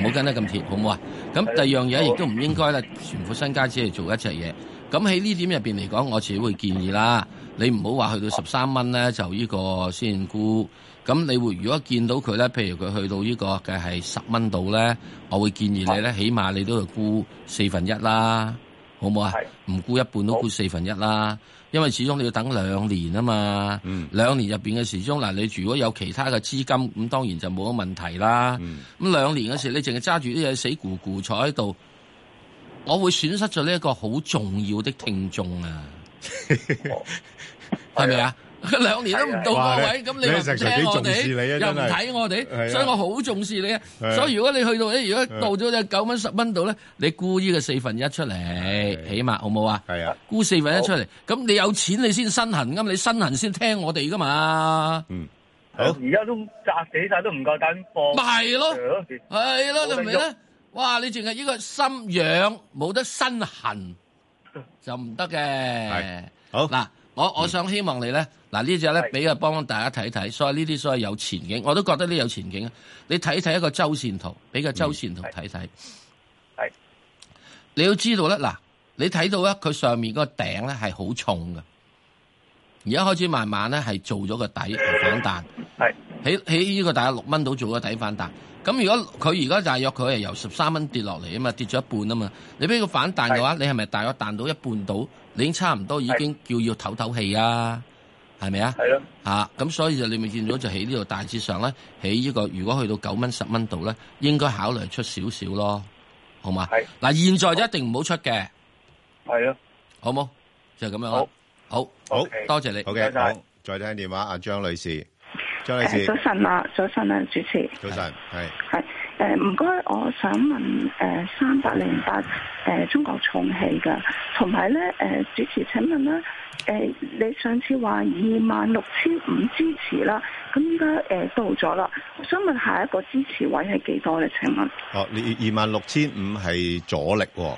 Speaker 2: 唔好跟得咁貼，好唔好啊？咁
Speaker 5: 嗯係
Speaker 2: 第二樣嘢亦都唔應該啦，全副身家只係做一隻嘢。咁喺呢點入邊嚟講，我自己會建議啦，你唔好話去到十三蚊咧就呢個先沽。咁你會如果見到佢咧，譬如佢去到呢個嘅係十蚊度咧，我會建議你咧，起碼你都係沽四分一啦，好唔好啊？唔沽一半都沽四分一啦，因為始終你要等兩年啊嘛。
Speaker 1: 嗯
Speaker 2: 兩年入邊嘅時鐘，嗱，你如果有其他嘅資金，咁當然就冇乜問題啦。
Speaker 1: 嗯
Speaker 2: 咁兩年嘅時，你淨係揸住啲嘢死咕咕坐喺度，我會損失咗呢一個好重要的聽眾 啊，係咪啊？ 兩年都唔到
Speaker 1: 哦哇
Speaker 2: 個
Speaker 1: 你
Speaker 2: 位，咁
Speaker 1: 你
Speaker 2: 你又唔
Speaker 1: 成日幾
Speaker 2: 聽我
Speaker 1: 重視
Speaker 2: 哋，
Speaker 1: 你
Speaker 2: 又
Speaker 1: 啊
Speaker 2: 唔
Speaker 1: 真係
Speaker 2: 睇我
Speaker 1: 係啊
Speaker 2: 哋，所以我好重視你啊
Speaker 1: 係啊。
Speaker 2: 所以如果你去到咧，如
Speaker 1: 係啊
Speaker 2: 果到咗只九蚊十蚊度咧，啊你沽呢個四分一出嚟，起碼好冇啊？
Speaker 1: 係啊，
Speaker 2: 沽四分一出嚟，咁你有錢你先身痕噶嘛，你身痕先聽我哋噶嘛，
Speaker 1: 嗯好
Speaker 5: 而家都砸死晒，都唔夠膽
Speaker 2: 咪
Speaker 5: 放。
Speaker 2: 係咯，
Speaker 5: 嗰時
Speaker 2: 係咯，
Speaker 5: 冇得
Speaker 2: 你哎明唔明
Speaker 5: 喐
Speaker 2: 咧？哇，你淨係呢個心癢，冇得身 痕就唔得
Speaker 1: 係
Speaker 2: 嘅。
Speaker 1: 好
Speaker 2: 嗱，我我想希望你咧，嗱呢只咧
Speaker 5: 嗯係
Speaker 2: 俾啊幫大家睇睇，所以呢啲所謂有前景，我都覺得呢有前景啊。你睇睇一個周線圖，俾個周線圖睇睇。
Speaker 5: 嗯係
Speaker 2: 你要知道咧，嗱，你睇到咧，佢上面嗰個頂咧係好重嘅，而家開始慢慢咧係做咗個底反彈。
Speaker 5: 係
Speaker 2: 喺喺呢個大約六蚊度做個底反彈。咁如果佢而家大約佢係由十三蚊跌落嚟啊嘛，跌咗一半啊嘛，你俾佢反彈嘅話，你係咪大約彈到一半度？你已經差唔多已經叫要唞唞氣啊，係咪啊？
Speaker 5: 係咯，
Speaker 2: 啊，咁所以就你咪見到就喺呢度大致上咧，喺呢、個如果去到九蚊十蚊度咧，應該考慮出少少咯，好嘛
Speaker 5: 係？
Speaker 2: 嗱，現在就一定唔好出嘅，
Speaker 5: 係咯，
Speaker 2: 好冇？就係咁樣啦。好，
Speaker 1: 好
Speaker 5: OK
Speaker 2: 多謝你。
Speaker 1: OK，
Speaker 5: 唔該晒
Speaker 1: 好，再聽電話，阿張女士，張女
Speaker 6: 誒
Speaker 1: 士
Speaker 6: 早，晨啊，早晨啊，主持，
Speaker 1: 早晨，係
Speaker 6: 係誒唔該，我想問誒三百零八誒中國重汽嘅，同埋咧誒主持請問啦，誒、你上次話二萬六千五支持啦，咁依家誒到咗啦，我想問下一個支持位係幾多咧？請問
Speaker 1: 哦，你二萬六千五係阻力喎，
Speaker 6: 哦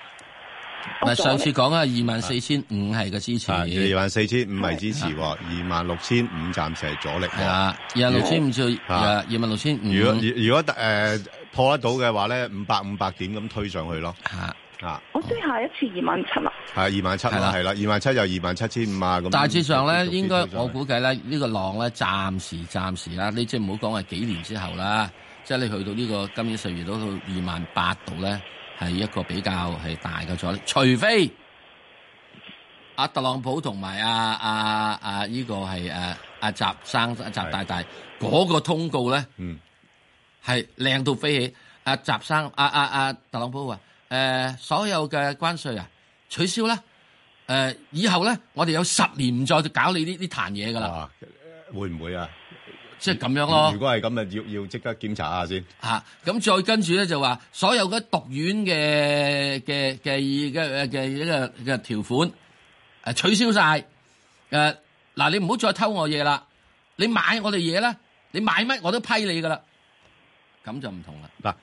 Speaker 2: 嗱，上次講啊，二萬四千五係個支持，
Speaker 1: 啊二
Speaker 2: 係
Speaker 1: 萬四千五係支持喎，二萬六千五暫時係阻力喎。
Speaker 2: 啊，二萬六千五至
Speaker 1: 啊
Speaker 2: 二萬六千五，
Speaker 1: 如果如如果誒破得到嘅話咧，五百五百點咁推上去咯，
Speaker 2: 嚇
Speaker 1: 啊，
Speaker 6: 我追下一次二萬七啦，
Speaker 1: 係二萬七
Speaker 2: 係
Speaker 1: 啦
Speaker 2: 啦，
Speaker 1: 係啦，二萬七又二萬七千五啊，咁
Speaker 2: 大致上咧，
Speaker 1: 逐啲
Speaker 2: 應該
Speaker 1: 推上去
Speaker 2: 我估計咧，呢個浪咧，暫時暫時啦，你即係唔好講係幾年之後啦，即係你去到呢個今年十月到到二萬八度咧，係一個比較係大嘅阻力，除非阿特朗普同埋阿阿阿呢個係誒阿習生習大大嗰個通告咧。
Speaker 1: 嗯
Speaker 2: 係靚到飛起。阿習生，阿阿阿特朗普話：誒、所有嘅關税啊，取消啦！誒、呃以後咧，我哋有十年唔再搞你呢呢壇嘢噶啦，
Speaker 1: 啊，會唔會啊？
Speaker 2: 即係咁樣
Speaker 1: 如
Speaker 2: 咯
Speaker 1: 果係咁啊，要要即刻檢查下先。
Speaker 2: 嚇。咁、再跟住咧就話，所有嘅毒丸嘅嘅嘅嘅嘅一個嘅條款誒、呃取消晒。誒、呃嗱，你唔好再偷我嘢啦！你買我哋嘢啦，你買乜我都批你噶啦，咁就唔同啦。
Speaker 1: 嗱，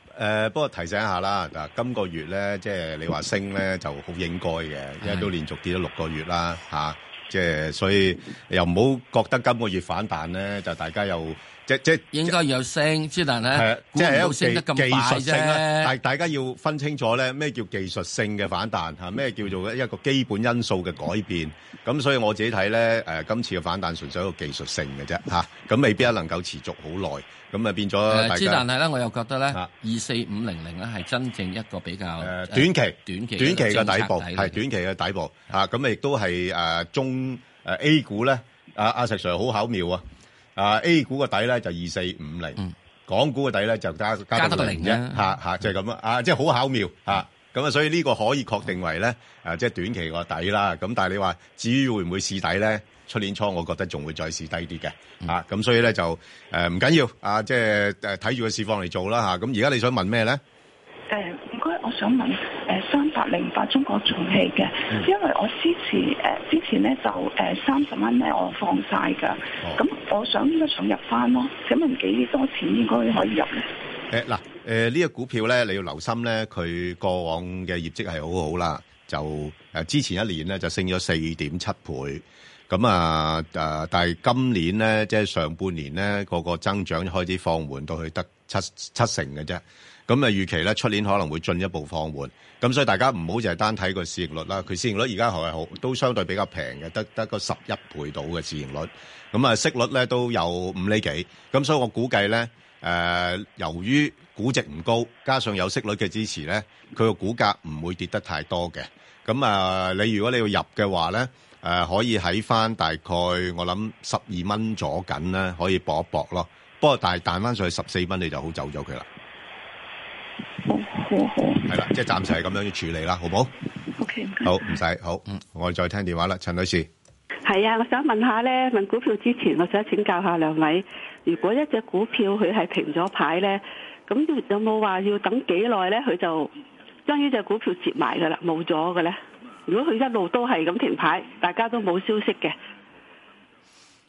Speaker 1: 誒、不過提醒一下啦，嗱，今個月咧，即係你話升咧，就好應該嘅，因為都連續跌咗六個月啦，嚇、即係所以又唔好覺得今個月反彈咧，就大家又即即
Speaker 2: 應該有升，之但
Speaker 1: 係啊
Speaker 2: 咧，估
Speaker 1: 即
Speaker 2: 唔
Speaker 1: 係一
Speaker 2: 到
Speaker 1: 個
Speaker 2: 升得咁
Speaker 1: 技技
Speaker 2: 快
Speaker 1: 術性啦，
Speaker 2: 啫
Speaker 1: 但。大家要分清楚咧，咩叫技術性嘅反彈嚇，咩叫做一個基本因素嘅改變。咁所以我自己睇咧，誒、今次嘅反彈純粹一個技術性嘅啫嚇，咁、未必能夠持續好耐，咁啊變咗
Speaker 2: 誒
Speaker 1: 大
Speaker 2: 呃之但
Speaker 1: 家。
Speaker 2: 係咧，我又覺得咧，
Speaker 1: 啊
Speaker 2: 二四五零零咧係真正一個比較
Speaker 1: 誒
Speaker 2: 誒
Speaker 1: 短期
Speaker 2: 短期
Speaker 1: 短期嘅
Speaker 2: 政策
Speaker 1: 底部係
Speaker 2: 嚟嘅
Speaker 1: 短期嘅底部啊，咁亦都係誒中誒 A 股咧，阿阿石 Sir 好巧妙啊！啊 A 股嘅底咧就二四五零
Speaker 2: 嗯，
Speaker 1: 港股嘅底咧就加加
Speaker 2: 加
Speaker 1: 得
Speaker 2: 得
Speaker 1: 個
Speaker 2: 個
Speaker 1: 零
Speaker 2: 零
Speaker 1: 啫，
Speaker 2: 啫
Speaker 1: 嚇嚇就係咁啊！啊，即係好巧妙啊！咁啊，所以呢個可以確定為咧誒，即係短期個底啦。咁但係你話至於會唔會試底咧？出年初我覺得仲會再試低啲嘅啊！咁所以咧就誒唔緊要啊，即係誒睇住個市況嚟做啦嚇。咁而家你想問咩咧？
Speaker 6: 誒呃唔該，我想問誒三百零八中國重汽嘅，
Speaker 2: 嗯
Speaker 6: 因為我之前誒、之前咧就誒三十蚊咧我放晒㗎，
Speaker 2: 哦
Speaker 6: 咁、我想應該想入翻咯，請問幾多錢應該可以入
Speaker 1: 誒
Speaker 6: 咧？
Speaker 1: 嗱，誒呢個股票咧，你要留心咧，佢過往嘅業績係好好啦，就誒、呃之前一年咧就升咗四點七倍，咁啊誒，但係今年咧即係上半年咧個個增長開始放緩到去得七七成嘅啫，咁啊預期咧出年可能會進一步放緩，咁所以大家唔好淨係單睇個市盈率啦，佢市盈率而家係好都相對比較平嘅，得得個十一倍到嘅市盈率，咁啊息率咧都有五厘幾，咁所以我估計咧。誒、呃由於估值唔高，加上有息率嘅支持咧，佢個股價唔會跌得太多嘅。咁啊、你如果你要入嘅話咧，誒、可以喺翻大概我諗十二蚊左緊咧，可以搏一搏咯。不過但係彈翻上去十四蚊，你就好走咗佢啦。
Speaker 6: 好嗯好好
Speaker 1: 係啦，即係暫時係咁樣處理啦，好唔好？
Speaker 6: ，OK 唔該。
Speaker 1: 好，唔使好，我哋再聽電話啦，陳女士。
Speaker 7: 係啊，我想問下咧，問股票之前，我想請教下兩位，如果一隻股票佢係停咗牌咧，咁有冇話要等幾耐咧？佢就將呢只股票接埋噶啦，冇咗嘅咧。如果佢一路都係咁停牌，大家都冇消息嘅，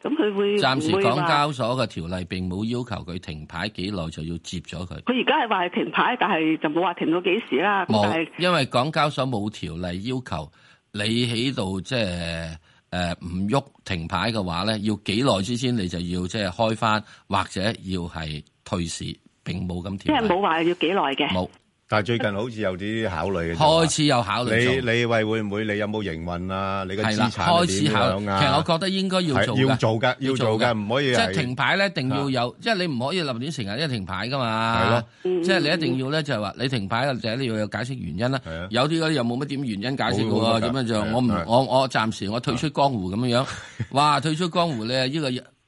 Speaker 7: 咁佢會
Speaker 2: 暫時
Speaker 7: 唔會
Speaker 2: 港
Speaker 7: 話
Speaker 2: 交所嘅條例並冇要求佢停牌幾耐就要接咗佢，
Speaker 7: 佢而家係話係停牌，但係就冇話停到幾時啦。咁但
Speaker 2: 冇
Speaker 7: 係，
Speaker 2: 因為港交所冇條例要求你喺度即係誒唔喐停牌嘅話咧，要幾耐之先你就要即係開翻，或者要係退市，並冇咁
Speaker 7: 即
Speaker 2: 條
Speaker 7: 係
Speaker 2: 例。
Speaker 7: 冇話要幾耐嘅。
Speaker 2: 冇
Speaker 1: 但係最近好似有啲考慮嘅。
Speaker 2: 開始有考慮
Speaker 1: 你
Speaker 2: 做。
Speaker 1: 你喂會唔會你有冇營運啊？你個資
Speaker 2: 係啦，
Speaker 1: 產係
Speaker 2: 開始
Speaker 1: 點
Speaker 2: 考
Speaker 1: 樣
Speaker 2: 慮。
Speaker 1: 啊？
Speaker 2: 其實我覺得應該要做
Speaker 1: 係
Speaker 2: 㗎
Speaker 1: 要做㗎，要做
Speaker 2: 㗎
Speaker 1: 㗎，唔可以
Speaker 2: 即
Speaker 1: 係
Speaker 2: 係停牌咧，一定要有，即係你唔可以立亂成日一停牌噶嘛。
Speaker 1: 係咯
Speaker 7: 嗯
Speaker 2: 即係你一定要咧，就係話你停牌就你要有解釋原因啦
Speaker 1: 係啊。
Speaker 2: 有啲嗰啲又冇乜點原因解
Speaker 1: 冇冇乜
Speaker 2: 釋嘅喎，
Speaker 1: 㗎
Speaker 2: 咁樣就
Speaker 1: 係啊
Speaker 2: 我唔
Speaker 1: 係啊
Speaker 2: 我我暫時我退出江湖咁樣樣。哇！退出江湖你係呢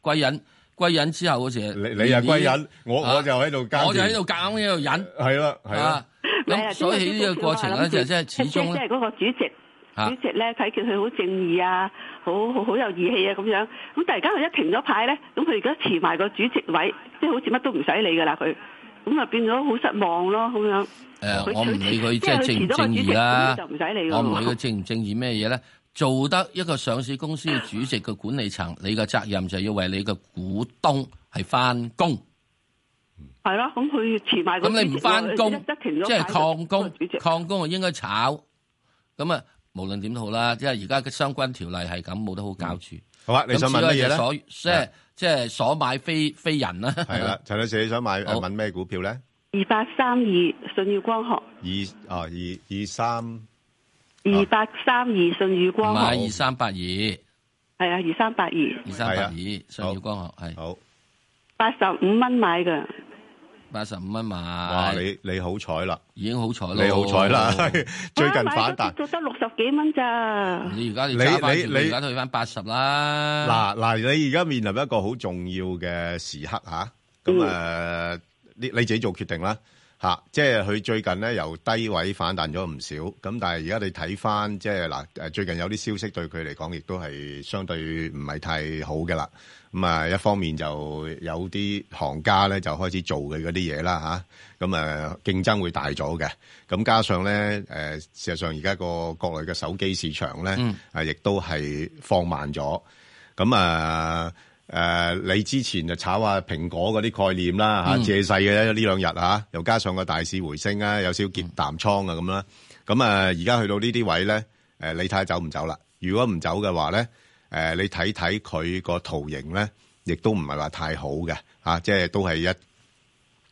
Speaker 2: 個歸隱歸隱之後嗰時，
Speaker 1: 你你又歸隱，我
Speaker 2: 啊
Speaker 1: 我就喺度交
Speaker 2: 我就喺度夾硬喺度忍
Speaker 1: 係啦，係啦
Speaker 2: 啊。。咁所以喺呢個過程咧，就即係始終
Speaker 7: 即
Speaker 2: 咧
Speaker 7: 係嗰個主席。
Speaker 2: 嚇
Speaker 7: 主席咧睇見佢好正義啊，好好好有義氣啊咁樣，咁突然間佢一停咗牌咧，咁佢而家辭埋個主席位，即係好似乜都唔使理噶啦佢，咁啊變咗好失望咯咁樣。
Speaker 2: 誒，
Speaker 7: 佢
Speaker 2: 呃我唔理佢即係正唔
Speaker 7: 佢辭咗個
Speaker 2: 正
Speaker 7: 主席
Speaker 2: 義啦。
Speaker 7: 咁就唔使理㗎
Speaker 2: 我唔理
Speaker 7: 喎
Speaker 2: 佢正唔正義咩嘢咧，做得一個上市公司嘅主席嘅管理層，你嘅責任就要為你嘅股東係翻工。
Speaker 7: 係咯，咁佢遲埋個
Speaker 2: 咁你唔翻工，即係
Speaker 7: 係
Speaker 2: 抗工
Speaker 7: 主席，
Speaker 2: 抗工啊應該炒。咁啊，無論點都好啦，即係而家嘅相關條例係咁，冇得好搞住。
Speaker 1: 好啊，你
Speaker 2: 咁
Speaker 1: 想問
Speaker 2: 只可
Speaker 1: 乜
Speaker 2: 以
Speaker 1: 嘢咧？
Speaker 2: 所即係即係所買非非人啦。
Speaker 1: 係啦，陳女士你想買
Speaker 2: 好
Speaker 1: 問咩股票咧？
Speaker 7: 二八三二信宇光學，
Speaker 1: 二啊二二三
Speaker 7: 二八三二信宇光
Speaker 2: 買
Speaker 7: 學，
Speaker 2: 二三八二，二
Speaker 7: 係啊，二三八二，
Speaker 2: 三
Speaker 1: 係
Speaker 2: 八二
Speaker 1: 啊
Speaker 2: 信耀光學係
Speaker 1: 好。
Speaker 7: 八十五蚊買嘅，
Speaker 2: 八十五蚊
Speaker 1: 哇！
Speaker 2: 買，
Speaker 1: 你你好彩啦，
Speaker 2: 已經好彩咯。
Speaker 1: 你好彩啦， 最近反
Speaker 7: 啊買咗
Speaker 1: 彈。
Speaker 7: 跌到得六十幾蚊咋。
Speaker 2: 你而家你揸翻
Speaker 1: 你
Speaker 2: 條，
Speaker 1: 你
Speaker 2: 你而家退翻八十啦。
Speaker 1: 嗱嗱，你而家面臨一個好重要嘅時刻吓，咁誒，你你自己做決定啦吓，即係佢最近咧由低位反彈咗唔少，咁但係而家你睇翻即係嗱誒，最近有啲消息對佢嚟講亦都係相對唔係太好嘅啦。咁啊，一方面就有啲行家咧就開始做佢嗰啲嘢啦吓，咁啊競爭會大咗嘅。咁加上咧誒，事實上而家個國內嘅手機市場咧
Speaker 2: 嗯
Speaker 1: 啊，亦都係放慢咗。咁啊誒，你之前就炒下蘋果嗰啲概念啦嚇，
Speaker 2: 嗯
Speaker 1: 借勢嘅呢兩日嚇，又加上個大市回升啊，有少少結淡倉啊咁啦。咁啊，而家去到呢啲位咧，誒你睇下走唔走啦？如果唔走嘅話咧，誒你睇睇佢個圖形咧，亦都唔係話太好嘅嚇，即係都係一。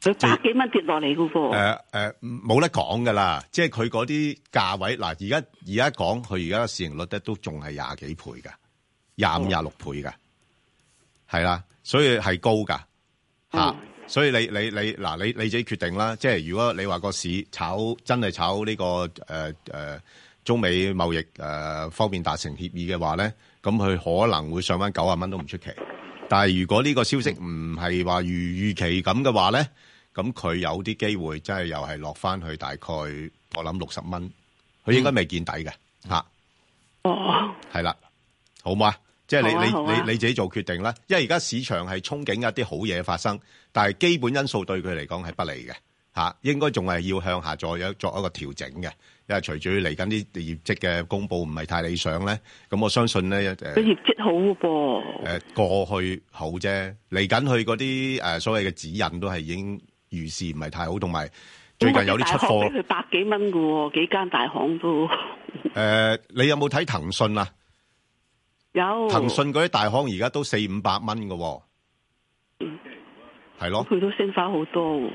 Speaker 7: 佢百幾蚊跌落嚟嘅喎，
Speaker 1: 誒誒，呃冇得講噶啦，即係佢嗰啲價位嗱，而家而家講佢而家嘅市盈率咧，都仲係廿幾倍噶，廿五廿六倍噶，係啦，所以係高噶吓、
Speaker 7: 嗯
Speaker 1: 啊所以你你你嗱，你你自己決定啦。即係如果你話個市炒真係炒呢、個誒誒、呃中美貿易誒、呃方面達成協議嘅話咧，咁佢可能會上翻九啊蚊都唔出奇。但係如果呢個消息唔係話如預期咁嘅話咧，咁佢有啲機會真係又係落翻去大概我諗六十蚊，佢應該未見底嘅嚇，
Speaker 7: 哦，
Speaker 1: 係啦，好唔好啊？即係你
Speaker 7: 好啊
Speaker 1: 你
Speaker 7: 好啊
Speaker 1: 你你自己做決定啦，因為而家市場係憧憬一啲好嘢發生，但係基本因素對佢嚟講係不利嘅嚇，應該仲係要向下再有作一個調整嘅，因為隨住嚟緊啲業績嘅公佈唔係太理想咧，咁我相信咧誒
Speaker 7: 佢。業績好嘅噃，
Speaker 1: 誒過去好啫，嚟緊佢嗰啲誒所謂嘅指引都係已經預示唔係太好，同埋最近有啲出
Speaker 7: 咁我
Speaker 1: 貨
Speaker 7: 大行俾佢百幾蚊嘅喎，幾間大行都
Speaker 1: 誒、呃你有冇睇騰訊啊？
Speaker 7: 有。
Speaker 1: 騰訊嗰啲大行而家都四五百蚊嘅喎，係咯
Speaker 7: 佢都升翻好多喎，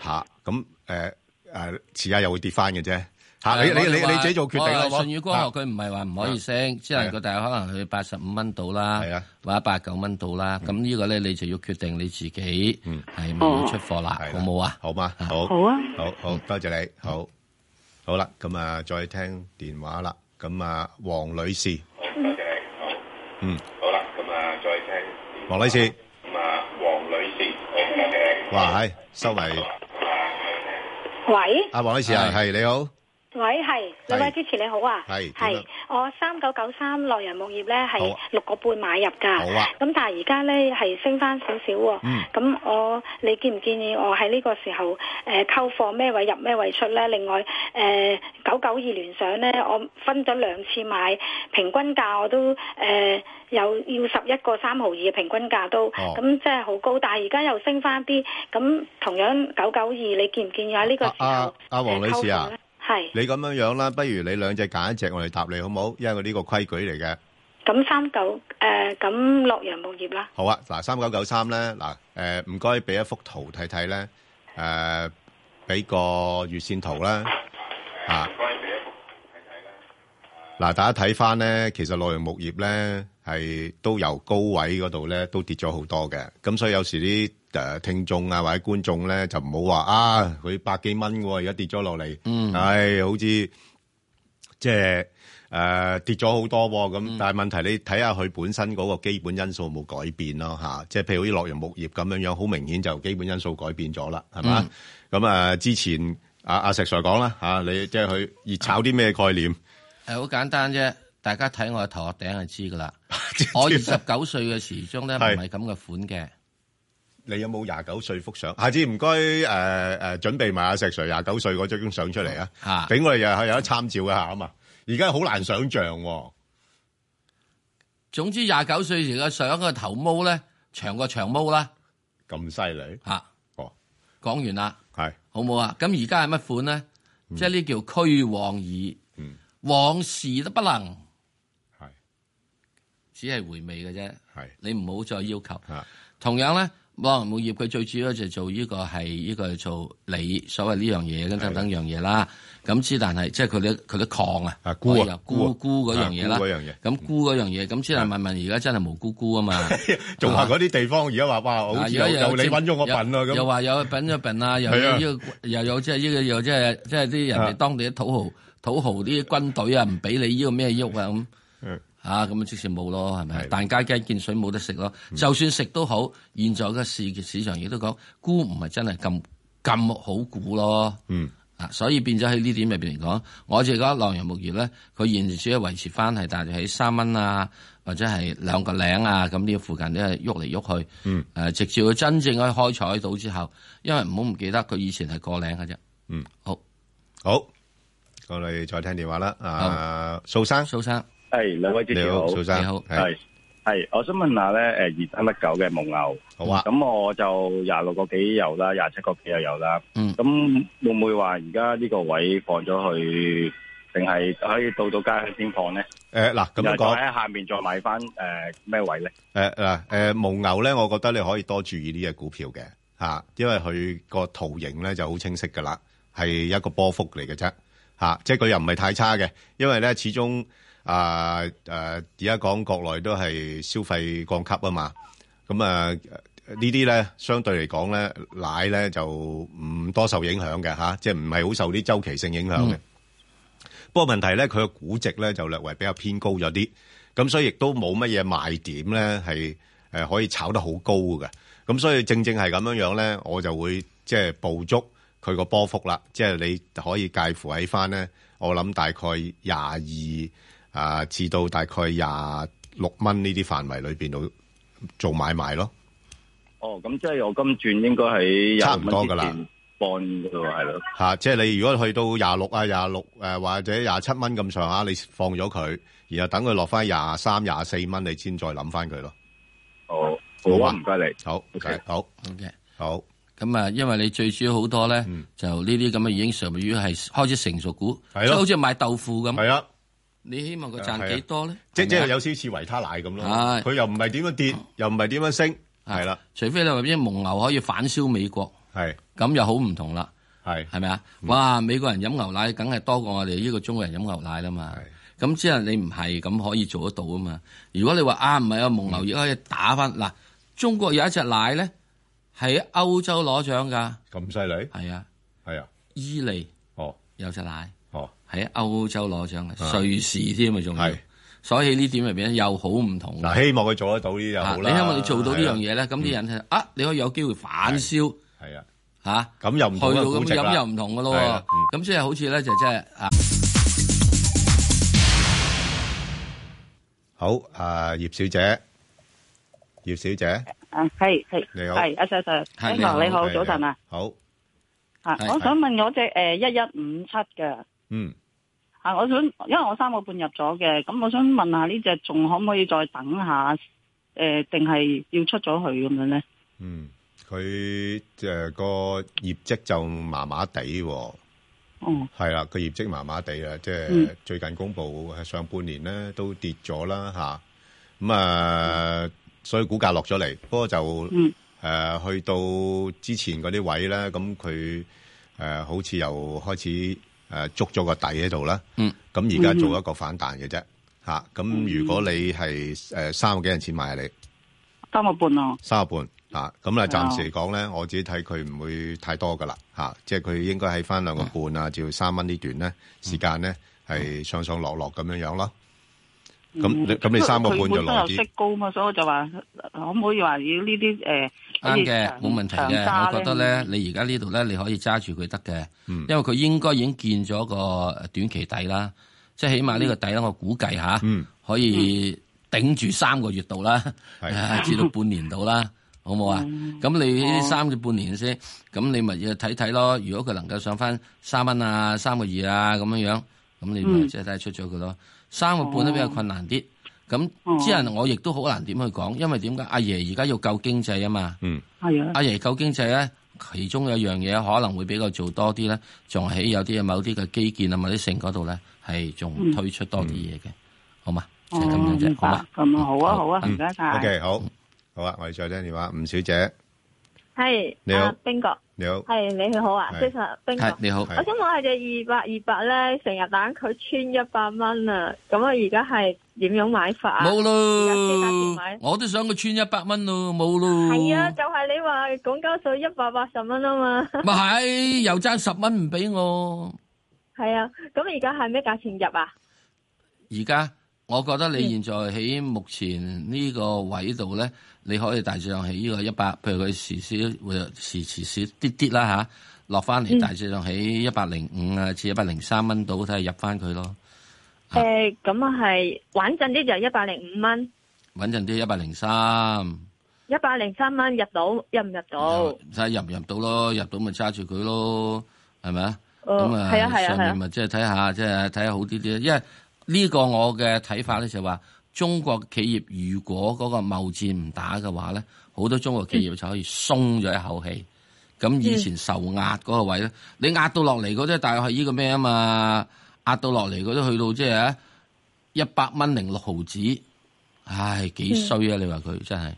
Speaker 1: 嚇，咁誒誒遲下又會跌翻嘅啫
Speaker 2: 誒
Speaker 1: 嚇，你
Speaker 2: 我
Speaker 1: 你
Speaker 2: 哋
Speaker 1: 你
Speaker 2: 話
Speaker 1: 你自己做決定啦，
Speaker 2: 我
Speaker 1: 好
Speaker 2: 話
Speaker 1: 冇
Speaker 2: 信宇光學佢唔係話唔可以升，只能佢但係可能去八十五蚊到啦，
Speaker 1: 係啊，
Speaker 2: 或者八九蚊到啦。咁呢個咧你就要決定你自己
Speaker 1: 嗯
Speaker 2: 係咪要出貨啦，
Speaker 1: 係啦
Speaker 2: 好冇啊？
Speaker 1: 好嘛，好。
Speaker 7: 好啊，
Speaker 1: 好好，多謝你，好好啦，咁啊，再聽電話啦，咁啊，黃女士，嗯，好，多謝你，好，嗯，好啦，咁啊，再聽，黃女士，咁啊，黃女士，哇，係收埋，
Speaker 8: 喂
Speaker 1: 阿黃女士啊，係你好，
Speaker 8: 喂，係
Speaker 1: 係
Speaker 8: 兩位主持你好啊，
Speaker 1: 係點啊
Speaker 8: 係我三九九三洛陽夢業咧
Speaker 1: 好
Speaker 8: 係
Speaker 1: 啊
Speaker 8: 六個半買入㗎，
Speaker 1: 好啊
Speaker 8: 咁但係而家咧係升翻少少喎，
Speaker 1: 嗯
Speaker 8: 咁我你建唔建議我喺呢個時候誒溝貨咩位入咩位出咧？另外誒九九二聯想咧，我分咗兩次買，平均價我都誒、呃有要十一個三毫二嘅平均價都，
Speaker 1: 哦
Speaker 8: 咁、即係好高，但係而家又升翻啲，咁同樣九九二你建唔建議喺呢個時候？
Speaker 1: 啊啊啊黃女士啊
Speaker 8: 誒溝貨咧係。
Speaker 1: 你咁樣樣啦，不如你兩隻揀一隻，我哋答你好唔好？因為我呢個規矩嚟嘅。
Speaker 8: 咁三九誒，咁洛陽木業啦，
Speaker 1: 好啊，嗱，三九九三咧，嗱，誒唔該俾一幅圖睇睇咧，誒、俾個月線圖啦，啊，嗱，大家睇翻咧，其實內容木業咧係都由高位嗰度咧都跌咗好多嘅，咁所以有時啲誒聽眾啊或者觀眾咧就唔好話啊，佢百幾蚊喎，而家跌咗落嚟，
Speaker 2: 嗯
Speaker 1: 唉，好似即係誒跌咗好多喎
Speaker 2: 嗯
Speaker 1: 咁，但係問題你睇下佢本身嗰個基本因素有冇改變咯嚇，即係譬如好似洛陽木業咁樣樣，好明顯就基本因素改變咗啦，係嘛？
Speaker 2: 嗯
Speaker 1: 咁啊，之前阿阿石 Sir 講啦嚇，你即係佢熱炒啲咩概念？
Speaker 2: 係好簡單啫，大家睇我頭殼頂就知噶 啦。我二十九歲嘅時鐘咧，
Speaker 1: 係
Speaker 2: 唔係咁嘅款嘅。
Speaker 1: 你有冇廿九歲幅相？下次唔該誒誒，準備埋阿石 Sir 廿九歲嗰張相出嚟啊，
Speaker 2: 嚇
Speaker 1: 俾我哋又有得參照一下啊嘛。而家好難想像喎，
Speaker 2: 總之廿九歲時嘅上個頭毛咧長過長毛啦
Speaker 1: 咁犀利
Speaker 2: 嚇。
Speaker 1: 哦，
Speaker 2: 講完啦，
Speaker 1: 係
Speaker 2: 好冇啊？咁而家係乜款咧？即係呢叫虛妄耳，
Speaker 1: 嗯
Speaker 2: 往事都不能，
Speaker 1: 係
Speaker 2: 只係回味嘅啫。
Speaker 1: 係
Speaker 2: 你唔好再要求。
Speaker 1: 嚇
Speaker 2: 同樣咧，網紅木業佢最主要就做呢個係呢個係做你所謂呢樣嘢跟等等樣嘢啦。咁之但係即係佢啲佢啲礦啊，
Speaker 1: 啊菇啊
Speaker 2: 可以有
Speaker 1: 菇啊
Speaker 2: 菇菇嗰樣嘢啦，
Speaker 1: 啊菇嗰樣嘢
Speaker 2: 咁菇嗰樣嘢，咁之但問問而家真係無菇菇啊嘛。
Speaker 1: 仲話嗰啲地方而家話哇，好
Speaker 2: 啊
Speaker 1: 似
Speaker 2: 而
Speaker 1: 又
Speaker 2: 家
Speaker 1: 又你
Speaker 2: 政
Speaker 1: 揾咗我笨啊
Speaker 2: 又又
Speaker 1: 咁，
Speaker 2: 話有品咗笨啊，又
Speaker 1: 係啊
Speaker 2: 有呢個又有即係呢個又即係即係啲人
Speaker 1: 啊
Speaker 2: 哋當地啲土豪土豪啲軍隊啊，唔俾你呢個咩喐啊咁。
Speaker 1: 嗯
Speaker 2: 啊，咁啊即使冇咯，係咪？
Speaker 1: 係
Speaker 2: 但街雞見水冇得食咯，
Speaker 1: 嗯
Speaker 2: 就算食都好。現在嘅市市場亦都講，菇唔係真係咁咁好估咯。
Speaker 1: 嗯
Speaker 2: 啊，所以變咗喺呢點入邊嚟講，我就覺得洛陽木業咧，佢現時主要維持翻係大約喺三蚊啊，或者係兩個零啊，咁呢個附近都係喐嚟喐去。
Speaker 1: 嗯。
Speaker 2: 誒、直至佢真正可以開採到之後，因為唔好唔記得佢以前係個零嘅啫。
Speaker 1: 嗯。
Speaker 2: 好，
Speaker 1: 好，我哋再聽電話啦。啊，蘇生，
Speaker 2: 蘇生
Speaker 5: 係兩位主
Speaker 1: 你
Speaker 5: 持
Speaker 1: 好，
Speaker 5: 好，
Speaker 1: 蘇生，
Speaker 2: 你好
Speaker 1: 係
Speaker 5: 係係，我想問下咧，誒二三一九嘅蒙牛，
Speaker 1: 好啊。
Speaker 5: 咁我就廿六個幾有啦，廿七個幾又有啦，
Speaker 2: 嗯
Speaker 5: 咁會唔會話而家呢個位放咗去，定係可以到到街先放咧？
Speaker 1: 誒嗱，咁樣講
Speaker 5: 又。再喺下面再買翻誒咩位咧？
Speaker 1: 誒嗱誒蒙牛咧，我覺得你可以多注意呢只股票嘅嚇、因為佢個圖形咧就好清晰㗎啦，係一個波幅嚟嘅啫嚇，即係佢又唔係太差嘅，因為咧始終啊誒而家講國內都係消費降級啊嘛，咁啊呢啲咧相對嚟講咧奶咧就唔多受影響嘅嚇、即係唔係好受啲周期性影響嘅。不過問題咧，佢個估值咧就略為比較偏高咗啲，咁所以亦都冇乜嘢賣點咧係誒可以炒得好高嘅，咁所以正正係咁樣樣咧，我就會即係捕捉佢個波幅啦，即係你可以介乎喺翻咧，我諗大概廿二啊至到大概廿六蚊呢啲範圍裏邊度做買賣咯，
Speaker 5: 哦，咁即係我今轉應該喺
Speaker 1: 差
Speaker 5: 廿
Speaker 1: 唔
Speaker 5: 蚊
Speaker 1: 多
Speaker 5: 之
Speaker 1: 㗎啦
Speaker 5: 前放㗎咯，係咯。
Speaker 1: 嚇、即係你如果去到廿六啊、廿六誒或者廿七蚊咁上下，你放咗佢，然後等佢落翻廿三、廿四蚊，你先再諗翻佢咯。
Speaker 5: 哦，
Speaker 1: 好
Speaker 5: 好
Speaker 1: 啊
Speaker 5: 啊，唔該你。
Speaker 1: 好
Speaker 5: OK
Speaker 1: 好，
Speaker 2: ，OK。
Speaker 1: 好，
Speaker 2: 咁啊，因為你最主要好多咧，
Speaker 1: 嗯
Speaker 2: 就呢啲咁嘅已經屬於係開始成熟股，即
Speaker 1: 係咯
Speaker 2: 係好似買豆腐咁，
Speaker 1: 係啊，
Speaker 2: 你希望佢
Speaker 1: 係啊
Speaker 2: 賺幾多咧？
Speaker 1: 即即係
Speaker 2: 係咪啊啊
Speaker 1: 有少少似維他奶咁咯，
Speaker 2: 係
Speaker 1: 佢又唔係點樣跌，又唔係點樣升，
Speaker 2: 啊
Speaker 1: 係啦，
Speaker 2: 除非你話啲蒙牛可以反銷美國，
Speaker 1: 係
Speaker 2: 咁又好唔同啦，
Speaker 1: 係嗯
Speaker 2: 係咪啊？哇！美國人飲牛奶梗係多過我哋呢個中國人飲牛奶啦嘛。咁之後你唔係咁可以做得到啊嘛。如果你話啊唔係啊，蒙牛亦可以打翻嗱，中國有一隻奶咧係喺歐洲攞獎㗎，
Speaker 1: 咁犀利，
Speaker 2: 係啊，
Speaker 1: 係啊，
Speaker 2: 伊利
Speaker 1: 哦
Speaker 2: 有隻奶
Speaker 1: 哦，
Speaker 2: 喺歐洲攞獎
Speaker 1: 啊
Speaker 2: 嘅，瑞士添啊仲要
Speaker 1: 係，
Speaker 2: 所以呢點入邊又好唔同㗎。
Speaker 1: 嗱，希望佢做得到呢就
Speaker 2: 啊
Speaker 1: 好
Speaker 2: 你
Speaker 1: 啦。
Speaker 2: 希望你做到呢樣
Speaker 1: 嘢，
Speaker 2: 嘢咧，咁啲人就啊，你可以有機會反銷
Speaker 1: 係啊，
Speaker 2: 嚇。
Speaker 1: 咁又唔
Speaker 2: 去
Speaker 1: 同
Speaker 2: 到
Speaker 1: 嘅估
Speaker 2: 咁
Speaker 1: 值
Speaker 2: 飲
Speaker 1: 啦
Speaker 2: 又唔同嘅咯
Speaker 1: 係啊嗯啦
Speaker 2: 喎，咁即係好似咧就即係啊，
Speaker 1: 好，啊，葉小姐，葉小姐，
Speaker 9: 啊，系系，
Speaker 1: 你好
Speaker 9: 系阿 Sir Sir，
Speaker 2: 係你
Speaker 9: 你
Speaker 2: 好
Speaker 9: 好，你好，
Speaker 1: 係
Speaker 9: 早晨啊，，
Speaker 1: 好，
Speaker 9: 吓，
Speaker 2: 係
Speaker 9: 我想問我只呃诶一一五七嘅
Speaker 1: 嗯，
Speaker 9: 吓，我想因為我三個半入咗嘅，咁我想問下呢只仲可唔可以再等下？诶，定係要出咗去咁樣咧？
Speaker 1: 嗯，佢呃誒個業績就麻麻地喎。
Speaker 9: 哦，
Speaker 1: 係啦，個業績麻麻地啊啦，即係
Speaker 9: 嗯
Speaker 1: 最近公布係上半年咧都跌咗啦吓，咁啊，所以股價落咗嚟，不過就誒、
Speaker 9: 嗯
Speaker 1: 去到之前嗰啲位咧，咁佢呃好似又開始誒捉咗個底喺度啦。
Speaker 2: 嗯，
Speaker 1: 咁而家
Speaker 7: 嗯哼
Speaker 1: 做一個反彈嘅啫。嚇、咁如果你係誒三個幾銀錢買啊你
Speaker 9: 三個半啊咯，
Speaker 1: 三個半嚇，咁咧暫時嚟講
Speaker 9: 哦
Speaker 1: 咧，我自己睇佢唔會太多噶啦嚇，即係佢應該喺翻兩個半
Speaker 9: 嗯
Speaker 1: 啊，至到三蚊呢段咧時間咧係上上落落咁樣樣咯。咁
Speaker 9: 嗯
Speaker 1: 你咁你三個半就
Speaker 9: 佢本身
Speaker 1: 耐
Speaker 9: 又
Speaker 1: 啲
Speaker 9: 息高嘛，所以我就話呃可唔可以話要呢啲誒
Speaker 2: 啱嘅，冇問題嘅。我
Speaker 9: 可以長長
Speaker 2: 覺得，
Speaker 9: 揸
Speaker 2: 咧，你而家呢度咧，你可以揸住佢得嘅，
Speaker 1: 嗯
Speaker 2: 因為佢應該已經見咗個短期底啦，即係起碼呢個底咧，我估計下
Speaker 1: 嗯，
Speaker 2: 可以頂住三個月度啦，
Speaker 1: 係
Speaker 2: 至到半年度啦，好冇啊？咁你呢三至半年先，咁你咪要睇睇咯。如果佢能夠上翻三蚊啊、三個二啊咁樣樣，咁你咪
Speaker 9: 嗯
Speaker 2: 即係睇出咗佢咯。三個半都比
Speaker 9: 哦
Speaker 2: 較困難啲。咁之後我亦都好難點去講，因為點解阿爺而家要救經濟啊嘛。
Speaker 1: 嗯
Speaker 9: 係啊，
Speaker 2: 阿爺救經濟咧，其中有一樣嘢可能會比較做多啲咧，仲喺有啲某啲嘅基建啊、某啲城嗰度咧，係仲推出多啲嘢嘅，好嘛？就哦係咁樣
Speaker 9: 嗯哦明
Speaker 2: 啫，好
Speaker 9: 白
Speaker 2: 嘛？
Speaker 9: 咁啊，好啊，好啊，
Speaker 2: 嗯
Speaker 9: 唔該晒。
Speaker 1: ，OK 好，好啊，我哋再聽電話，吳小姐
Speaker 10: 系
Speaker 1: 你好
Speaker 10: 啊，冰哥，
Speaker 1: 你好，
Speaker 10: 系你好啊，
Speaker 1: 係
Speaker 10: 即系冰哥
Speaker 2: 係。你好，
Speaker 10: 我想問下只二百二百咧，成日等佢穿一百蚊啊！咁我而家係點樣買法啊？
Speaker 2: 冇
Speaker 10: 而家幾多錢
Speaker 2: 咯
Speaker 10: 買，
Speaker 2: 我都想佢穿一百蚊咯，冇咯。
Speaker 10: 係啊，就係你話港交所一百八十蚊啊嘛，
Speaker 2: 咪係又爭十蚊唔俾我。
Speaker 10: 係啊，咁而家係咩價錢入啊？
Speaker 2: 而家我覺得你現在喺目前呢個位度咧，你可以大致上喺呢個一百，譬如佢時時會有時時時啲啲啦吓，落翻嚟大致上喺一百零五啊至一百零三蚊度，睇下入翻佢咯。啊
Speaker 10: 誒，咁啊係穩陣啲就一百零五蚊，
Speaker 2: 穩陣啲一百零三，
Speaker 10: 一百零三蚊入到，入唔入到？
Speaker 2: 睇下入唔入到咯，入到咪揸住佢咯，係咪啊？
Speaker 10: 哦
Speaker 2: 咁啊，
Speaker 10: 係啊係啊
Speaker 2: 上
Speaker 10: 係
Speaker 2: 面
Speaker 10: 啊，
Speaker 2: 咪即係睇下，即係睇下好啲啲。因為呢個我嘅睇法咧就係話，中國企業如果嗰個貿戰唔打嘅話咧，好多中國企業就可以鬆咗一口氣。咁
Speaker 10: 嗯
Speaker 2: 以前受壓嗰個位咧，你壓到落嚟嗰啲，大概係呢個咩啊嘛？壓到落嚟嗰啲去到即係一百蚊零六毫子，唉，
Speaker 10: 嗯
Speaker 2: 幾衰啊！你話佢真係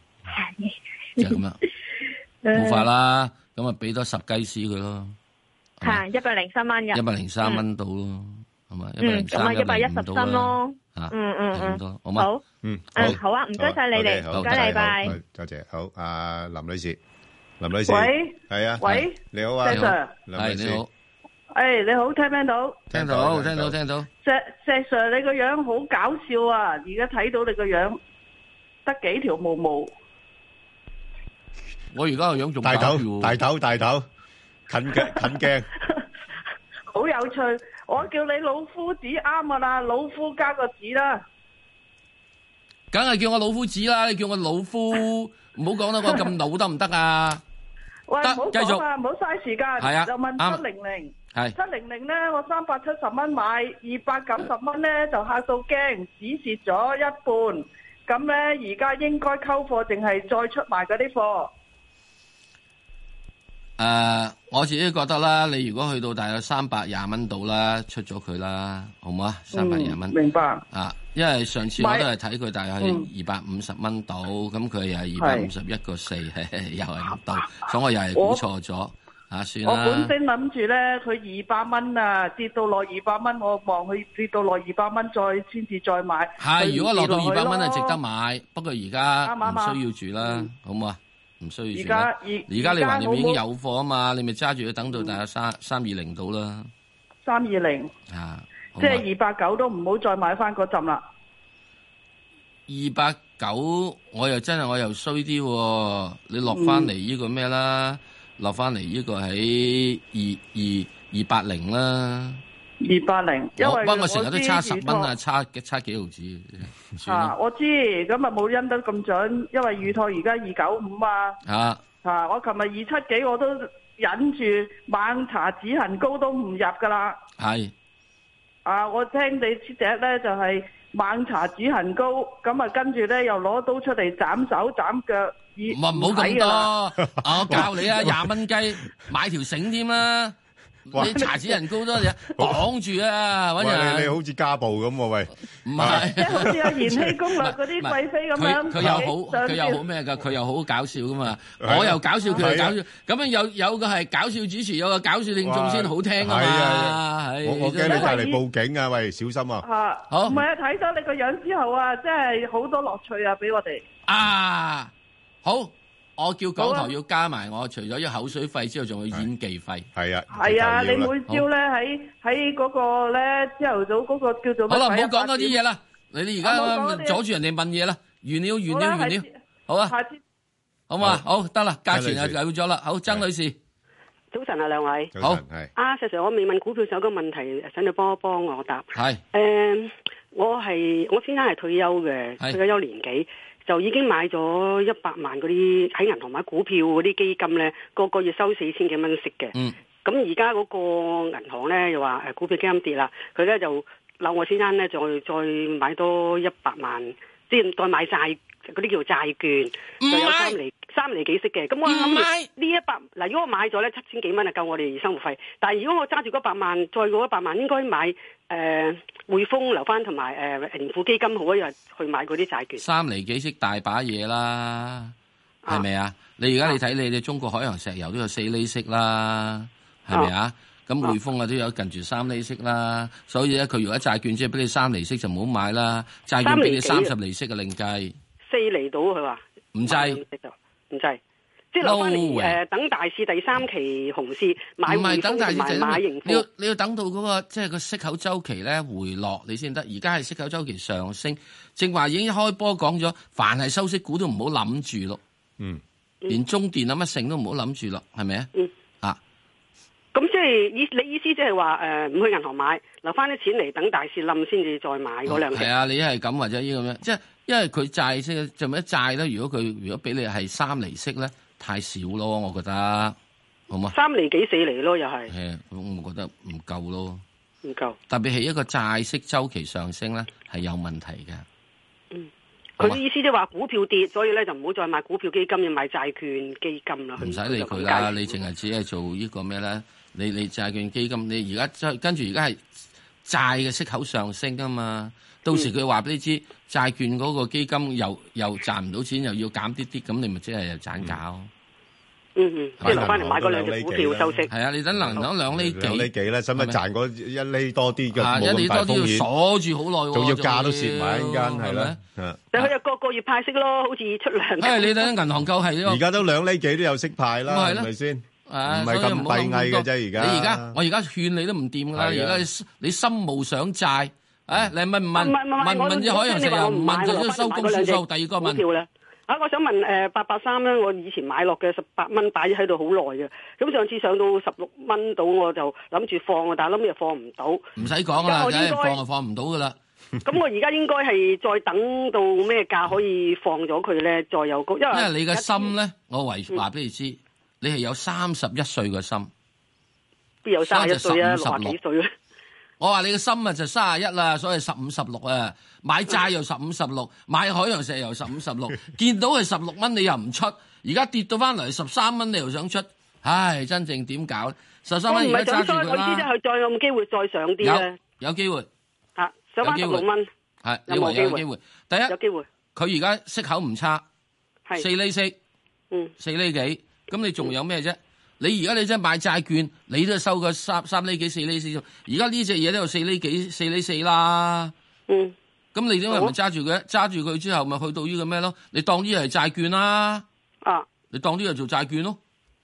Speaker 2: 就係 咁樣，
Speaker 10: 嗯
Speaker 2: 冇法啦。咁啊，俾多十雞屎佢咯。係嘛
Speaker 10: 係一百零三蚊入
Speaker 2: 一，百零三蚊到咯，係咪？一百
Speaker 10: 嗯，
Speaker 2: 零
Speaker 10: 咁
Speaker 2: 三
Speaker 10: 啊一百一十三，咯，
Speaker 2: 嚇，
Speaker 10: 嗯
Speaker 2: 係
Speaker 10: 嗯
Speaker 2: 啊咁
Speaker 10: 嗯，
Speaker 2: 多，好嘛？
Speaker 10: 好，
Speaker 1: 嗯好
Speaker 10: 嗯，好啊，唔該晒你哋，
Speaker 1: 好啊，OK，好，
Speaker 10: 唔該你拜。
Speaker 1: 好，多謝好，阿林女士，林女士，
Speaker 11: 喂
Speaker 1: 係啊，
Speaker 11: 喂，
Speaker 1: 你好啊，
Speaker 11: 石
Speaker 2: 你好
Speaker 11: Sir，
Speaker 1: 林
Speaker 2: 係
Speaker 1: 女士
Speaker 2: 你好，
Speaker 11: 诶、哎你好，聽唔聽到？
Speaker 2: 聽到聽到聽到，
Speaker 11: 石石 Sir，你個樣好搞笑啊！而家睇到你個樣，得幾條毛毛，
Speaker 2: 我而家個樣仲
Speaker 1: 大
Speaker 2: 搞
Speaker 1: 頭
Speaker 2: 笑喎
Speaker 1: 大頭大頭，近 鏡近鏡，
Speaker 11: 好有趣。我叫你老夫子啱噶啦，老夫加個子啦。
Speaker 2: 梗係叫我老夫子啦，你叫我老夫，唔好講得我咁老得唔得啊？
Speaker 11: 喂，
Speaker 2: 得
Speaker 11: 唔好
Speaker 2: 繼續
Speaker 11: 講啊，唔好嘥時間。
Speaker 2: 係啊
Speaker 11: 就
Speaker 2: 啱
Speaker 11: 問七零零，
Speaker 2: 係
Speaker 11: 七零零咧，我三百七十蚊買，二百九十蚊咧就嚇到驚，止蝕咗一半。咁咧，而家應該溝貨定係再出埋嗰啲貨？
Speaker 2: 誒，呃我自己覺得啦，你如果去到大約三百廿蚊度啦，出咗佢啦，好唔好啊？三百廿蚊
Speaker 11: 嗯。明白。嗯
Speaker 2: 啊，因為上次我都係睇佢大概二百五十蚊到，咁佢又係二百五十一個四，又係唔到，所以我又係估錯咗，啊算
Speaker 11: 我本
Speaker 2: 啦，
Speaker 11: 身諗住咧，佢二百蚊啊，跌到落二百蚊，我望佢跌到落二百蚊，再先至再買。
Speaker 2: 係如果落到二百蚊係值得
Speaker 11: 買。
Speaker 2: 買，不過而
Speaker 11: 啱啊啱
Speaker 2: 家
Speaker 11: 啱
Speaker 2: 唔需要住啦，好唔好啊？唔需要
Speaker 11: 而
Speaker 2: 住
Speaker 11: 家
Speaker 2: 啦。
Speaker 11: 而
Speaker 2: 而家你橫掂已經
Speaker 11: 而家好嗯
Speaker 2: 有貨啊嘛，你咪揸住佢等到大約三三二零到啦，
Speaker 11: 三二零，
Speaker 2: 啊，好
Speaker 11: 即
Speaker 2: 嘛
Speaker 11: 係二百九都唔好再買翻嗰陣啦。
Speaker 2: 二百九，我又真係我又衰啲喎。你落翻嚟
Speaker 11: 嗯
Speaker 2: 呢個咩啦？落翻嚟呢個喺二二二八零啦。
Speaker 11: 二百零，因
Speaker 2: 我
Speaker 11: 為
Speaker 2: 不過我成日都
Speaker 11: 知
Speaker 2: 差十蚊啊，
Speaker 11: 預託！
Speaker 2: 差差幾毫子，算
Speaker 11: 啊
Speaker 2: 啦，
Speaker 11: 我知，咁啊冇因得咁準，因為預託而家二九五啊，
Speaker 2: 嚇。
Speaker 11: 啊，我琴日二七幾我都忍住猛查止痕膏都唔入噶啦。
Speaker 2: 係
Speaker 11: 啊！我聽你隻咧就係、猛查止痕膏，咁啊跟住咧又攞刀出嚟斬手斬腳，
Speaker 2: 唔
Speaker 11: 唔
Speaker 2: 唔好咁多？我教你啊，廿蚊雞買條繩添啦，
Speaker 1: 哇
Speaker 2: 你查子人高多嘢，綁住啊，
Speaker 1: 喂，
Speaker 2: 揾
Speaker 1: 你你
Speaker 2: 人。
Speaker 1: 好似家暴咁喎，喂，
Speaker 2: 唔係
Speaker 11: 即係好似阿延禧攻略嗰啲貴妃咁
Speaker 2: 佢
Speaker 11: 樣，
Speaker 2: 佢又好，
Speaker 11: 上
Speaker 2: 佢又好
Speaker 11: 吊
Speaker 2: 咩㗎？佢又好搞笑噶嘛，
Speaker 1: 係啊
Speaker 2: 我又搞笑，佢又
Speaker 1: 係啊
Speaker 2: 搞笑，咁樣有有個係搞笑主持，有個搞笑聽眾先好聽㗎
Speaker 1: 係
Speaker 2: 嘛。
Speaker 1: 啊
Speaker 2: 唉
Speaker 1: 我我驚你帶嚟報警啊！喂，小心啊！
Speaker 11: 嚇
Speaker 2: 好
Speaker 11: 唔係啊，睇咗你個樣之後啊，真係好多樂趣啊，俾我哋。
Speaker 2: 啊，好，我叫港
Speaker 11: 好啊
Speaker 2: 台要加埋我，除咗要口水費之後，仲有演技費。
Speaker 1: 係啊，
Speaker 11: 係啊，
Speaker 1: 就
Speaker 11: 你
Speaker 1: 要啦
Speaker 11: 每朝咧喺喺嗰個咧朝頭早嗰個叫做
Speaker 2: 好
Speaker 11: 乜
Speaker 2: 啦，唔
Speaker 11: 鬼
Speaker 2: 好
Speaker 11: 啊
Speaker 2: 講嗰啲嘢。
Speaker 11: 八點
Speaker 2: 啦，你哋
Speaker 11: 我冇
Speaker 2: 而
Speaker 11: 講嗰
Speaker 2: 家
Speaker 11: 啲
Speaker 2: 阻住人哋問嘢啦，完了，完
Speaker 11: 好
Speaker 2: 了，
Speaker 11: 啦下
Speaker 2: 完了
Speaker 11: 次，
Speaker 2: 好啊，
Speaker 11: 下次
Speaker 2: 好嘛，好得啦，價錢
Speaker 1: 女士
Speaker 2: 又有咗啦，好，曾女士，
Speaker 12: 早晨啊，兩位。
Speaker 1: 早晨係
Speaker 12: 啊，石 Sir，我未問股票，有個問題想你幫一幫我答。
Speaker 2: 係
Speaker 12: 誒、我係我先生係退休嘅，
Speaker 2: 係
Speaker 12: 退休年紀就已經買咗一百萬嗰啲喺銀行買股票嗰啲基金咧，個個月收四千幾蚊息嘅。
Speaker 2: 嗯。
Speaker 12: 咁而家嗰個銀行咧又話誒股票基金跌啦，佢咧就鬧我先生咧再再買多一百萬，即係再買債嗰啲叫債券，
Speaker 2: 唔
Speaker 12: 就有
Speaker 2: 買
Speaker 12: 三厘三厘幾息嘅。咁我
Speaker 2: 唔
Speaker 12: 諗
Speaker 2: 買
Speaker 12: 住呢一百嗱，如果我買咗咧七千幾蚊啊，夠我哋生活費。但係如果我揸住嗰百萬，再嗰一百萬應該買誒、呃、匯豐留翻同埋誒盈富基金好一日去買嗰啲債券。
Speaker 2: 三厘幾息大把嘢啦，係咪啊？你而家你睇你哋中國海洋石油都有四厘息啦，係咪啊？咁匯豐啊都有近住三厘息啦，所以咧佢如果債券只係俾你三厘息就唔好買啦，債券俾你
Speaker 12: 三
Speaker 2: 三
Speaker 12: 厘幾
Speaker 2: 十
Speaker 12: 啊
Speaker 2: 厘息嘅另計，
Speaker 12: 四厘到佢話
Speaker 2: 唔制
Speaker 12: 買兩隻就唔制，即係留翻
Speaker 2: No
Speaker 12: 嚟
Speaker 2: way
Speaker 12: 誒等大市第三期熊市買
Speaker 2: 唔係
Speaker 12: 匯
Speaker 2: 等
Speaker 12: 豐
Speaker 2: 大市
Speaker 12: 同埋買盈富
Speaker 2: 你。要你要等到嗰、個即係個息口周期咧回落你先得。而家係息口周期上升，正話已經開波講咗，凡係收息股都唔好諗住咯。
Speaker 1: 嗯，
Speaker 2: 連中電啊乜剩都唔好諗住咯，係咪啊？
Speaker 12: 嗯
Speaker 2: 啊，
Speaker 12: 咁即係意你意思即係話誒唔去銀行買，留翻啲錢嚟等大市冧先至再買嗰兩隻
Speaker 2: 係。啊，你一係咁或者呢咁樣，即係因為佢債息就咪一債咧。如果佢如果俾你係三厘息咧，太少咯，我覺得好嘛？
Speaker 12: 三厘幾四厘咯，又係
Speaker 2: 係，啊我覺得唔夠咯。
Speaker 12: 唔夠。
Speaker 2: 特別係一個債息周期上升咧，係有問題嘅。好嘛
Speaker 12: 佢意思即係話股票跌，所以咧就唔好再買股票基金，要買債券基金啦。
Speaker 2: 唔使理佢啦，你淨係只係做呢個咩咧？你你債券基金，你而家跟住而家係債嘅息口上升啊嘛，到時佢話俾你知，債券嗰個基金又又賺唔到錢，又要減啲啲，咁你咪即係又賺搞。
Speaker 12: 嗯嗯，即係留翻嚟買嗰兩隻股票收息。
Speaker 2: 係啊，你等能等兩厘幾，
Speaker 1: 兩厘幾啦，使唔使賺嗰一厘多啲嘅？
Speaker 2: 啊一
Speaker 1: 冇
Speaker 2: 厘
Speaker 1: 咁
Speaker 2: 多
Speaker 1: 大風
Speaker 2: 啲
Speaker 1: 險
Speaker 2: 要鎖住好耐喎，
Speaker 1: 仲要價都蝕埋，一間係啦。啊
Speaker 12: 但佢就個個月派息咯，好似出糧。
Speaker 2: 係你等銀行夠係呢
Speaker 1: 而家都兩厘幾都有息派啦，係咪先？唔
Speaker 2: 啊
Speaker 1: 係
Speaker 2: 所以
Speaker 1: 咁
Speaker 2: 唔好諗
Speaker 1: 閉翳嘅
Speaker 2: 多
Speaker 1: 啫而家
Speaker 2: 你而家我而家勸你都唔掂噶啦，
Speaker 1: 係啊
Speaker 2: 而家你心無想債，誒你問唔問
Speaker 12: 唔係唔係
Speaker 2: 問
Speaker 12: 我
Speaker 2: 唔問只海洋石油，唔問就收工算數，第二個
Speaker 12: 票
Speaker 2: 問。
Speaker 12: 啦。啊，我想問誒八八三咧，我以前買落嘅十八蚊擺咗喺度好耐嘅，咁上次上到十六蚊到，我就諗住放，但係諗又放唔到。
Speaker 2: 唔使講啦，
Speaker 12: 而
Speaker 2: 梗
Speaker 12: 家我應
Speaker 2: 係
Speaker 12: 該
Speaker 2: 放就 放唔到噶啦。
Speaker 12: 咁我而家應該係再等到咩價可以放咗佢咧，再有高，因為
Speaker 2: 因為你嘅心咧，我為
Speaker 12: 嗯
Speaker 2: 話俾你知，你係有三十一歲嘅心。
Speaker 12: 邊有三十一歲啊，
Speaker 2: 三隻十五十
Speaker 12: 六啊
Speaker 2: 六
Speaker 12: 幾歲啊？
Speaker 2: 我話你嘅心啊就三十一啦，所以十五十六啊，買債又十五十六，買海洋石油十五十 六，見到係十六蚊你又唔出，而家跌到翻嚟十三蚊你又想出，唉，真正點搞咧？十
Speaker 12: 我
Speaker 2: 三
Speaker 12: 唔
Speaker 2: 蚊而
Speaker 12: 係
Speaker 2: 家揸
Speaker 12: 想
Speaker 2: 住
Speaker 12: 衰，
Speaker 2: 佢
Speaker 12: 我意思即係
Speaker 2: 啦，
Speaker 12: 佢再有冇機會再上啲
Speaker 2: 有
Speaker 12: 咧？
Speaker 2: 有機會
Speaker 12: 嚇，上翻十
Speaker 2: 有機
Speaker 12: 六
Speaker 2: 會
Speaker 12: 蚊
Speaker 2: 係
Speaker 12: 有
Speaker 2: 你話
Speaker 12: 冇機
Speaker 2: 有
Speaker 12: 會
Speaker 2: 機會？第
Speaker 12: 有
Speaker 2: 一，
Speaker 12: 機會，
Speaker 2: 佢而家息口唔差，
Speaker 12: 係
Speaker 2: 四厘息，
Speaker 12: 嗯
Speaker 2: 四厘幾，咁你仲有咩啫？你而家你真係買債券，你都收個三三厘幾四厘四，而家呢只嘢都有四厘幾四厘四啦。
Speaker 12: 嗯
Speaker 2: 咁你點解咪揸住佢？揸住佢之後，咪去到呢個咩咯？你當呢係債券啦，
Speaker 12: 啊，
Speaker 2: 你當呢係做債券咯，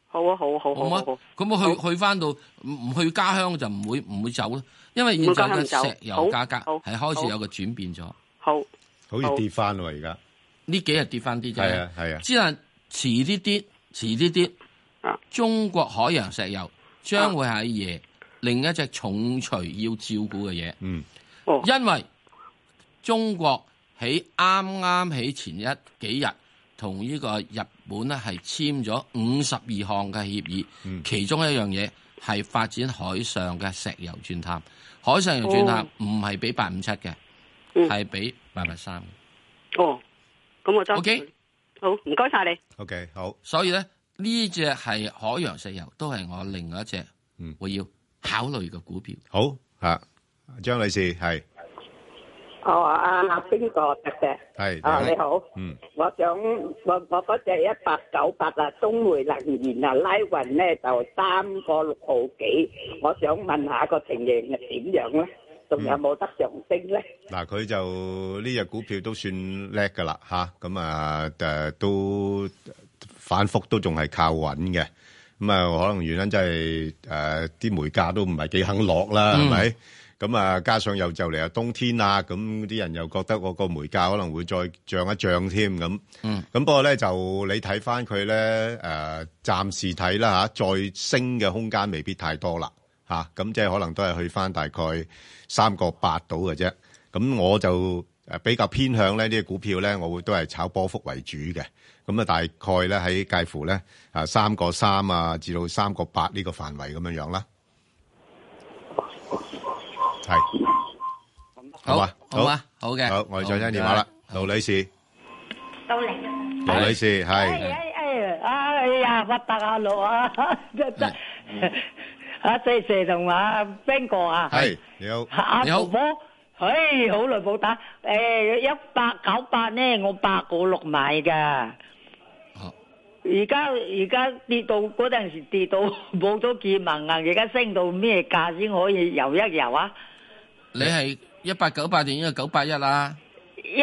Speaker 12: 好啊，好啊好
Speaker 2: 好
Speaker 12: 啊好
Speaker 2: 唔
Speaker 12: 啊
Speaker 2: 好
Speaker 12: 好啊
Speaker 2: 啊？咁我去去翻到唔唔去家鄉就唔會唔會走啦，因為現在嘅石油價格
Speaker 12: 好
Speaker 2: 係開始
Speaker 12: 好
Speaker 2: 有個轉變咗，
Speaker 12: 好，
Speaker 1: 好似跌翻喎，而家
Speaker 2: 呢幾日跌翻啲啫。
Speaker 1: 係啊係啊
Speaker 2: 之但遲啲啲，遲啲啲
Speaker 12: 啊，
Speaker 2: 中國海洋石油將會係爺另一隻重錘要照顧嘅嘢。
Speaker 1: 嗯
Speaker 12: 哦
Speaker 2: 因為中國喺啱啱喺前一幾日同呢個日本咧係簽咗五十二項嘅協議，
Speaker 1: 嗯
Speaker 2: 其中一樣嘢係發展海上嘅石油鑽探。海上油鑽探唔係俾八五七嘅，
Speaker 12: 嗯
Speaker 2: 係俾八八三。
Speaker 12: 哦，咁我揸
Speaker 2: OK，
Speaker 12: 好，唔該晒你。
Speaker 1: ，OK，好，
Speaker 2: 所以咧呢只係海洋石油，都係我另外一隻
Speaker 1: 嗯
Speaker 2: 會要考慮嘅股票。
Speaker 1: 好啊吓，張女士係
Speaker 13: 我話啊，邊個嘅啫？
Speaker 1: 係
Speaker 13: 啊，你好，
Speaker 1: 嗯，
Speaker 13: 我想我我嗰只一八九八啊，中煤能源啊，拉運咧就三個六毫幾，我想問下個情形係點樣咧？仲有冇得上升咧？
Speaker 1: 嗱，佢就呢只股票都算叻噶啦吓，咁啊誒都反覆都仲係靠穩嘅。咁啊，可能原因真係誒啲煤價都唔係幾肯落啦，係咪？咁啊，加上又就嚟又冬天啦，咁啲人又覺得我個煤價可能會再漲一漲添咁。
Speaker 2: 嗯，
Speaker 1: 咁不過咧，就你睇翻佢咧，誒暫時睇啦嚇，再升嘅空間未必太多啦嚇，咁即係可能都係去翻大概三個八到嘅啫。咁我就誒比較偏向咧呢啲股票咧，我會都係炒波幅為主嘅。咁啊，大概咧喺介乎咧啊三個三啊至到三個八呢個範圍咁樣樣啦。係，好嘛，
Speaker 2: 好啊，好嘅，
Speaker 1: 好，我哋再聽電話啦，盧女士，
Speaker 14: 到嚟
Speaker 1: 盧女士係。
Speaker 15: 哎呀，核突啊路啊，真 真啊四四同啊邊個啊？
Speaker 1: 係你好，
Speaker 15: 阿婆婆，唉，好耐冇打，誒一百九八咧，我八個六買噶。而家而家跌到嗰陣時跌到 冇咗見聞啊！而家升到咩價先可以遊一遊啊？
Speaker 2: 你係一八九八定一九八一啦？
Speaker 15: 一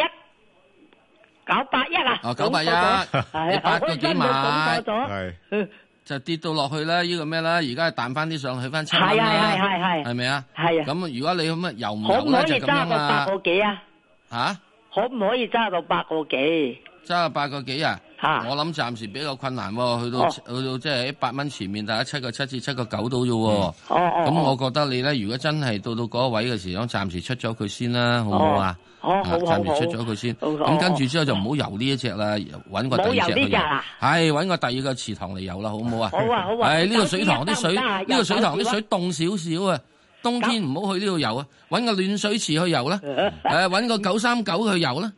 Speaker 15: 九八一啊！
Speaker 2: 哦，九八一，
Speaker 15: 係
Speaker 2: 你八個幾買？
Speaker 15: 係
Speaker 2: 就跌到落去啦，呢個咩啦？而家係彈翻啲上去翻七蚊
Speaker 15: 係啊
Speaker 2: 啦，
Speaker 15: 係係係
Speaker 2: 係咪啊？
Speaker 15: 係啊
Speaker 2: 咁如果你咁啊游唔
Speaker 15: 可
Speaker 2: 游
Speaker 15: 唔可
Speaker 2: 咧
Speaker 15: 以
Speaker 2: 就咁
Speaker 15: 揸
Speaker 2: 樣
Speaker 15: 到八
Speaker 2: 啦
Speaker 15: 個。幾啊？
Speaker 2: 嚇？
Speaker 15: 可唔可以揸到八個幾？
Speaker 2: 揸到八個幾啊？我諗暫時比較困難喎，去到
Speaker 15: 哦
Speaker 2: 去到即係一百蚊前面，大家七個七至七個九到啫喎。
Speaker 15: 哦哦
Speaker 2: 咁我
Speaker 15: 哦
Speaker 2: 覺得你咧，如果真係到到嗰個位嘅時候，暫時出咗佢先啦，好唔好啊？啊
Speaker 15: 哦哦好好
Speaker 2: 暫時出咗佢先。
Speaker 15: 好好
Speaker 2: 咁跟住之後就唔好游呢一隻啦，揾個第二隻
Speaker 15: 冇遊
Speaker 2: 去
Speaker 15: 呢隻啊
Speaker 2: 係揾個第二個池塘嚟游啦，好唔好啊？
Speaker 15: 好啊好啊
Speaker 2: 係呢個水塘
Speaker 15: 有
Speaker 2: 啲
Speaker 15: 啲
Speaker 2: 水，
Speaker 15: 得唔得啊
Speaker 2: 呢個水塘啲水凍少少啊。冬天唔好去呢度游啊，揾個暖水池去 游啦，誒揾個九三九去游啦，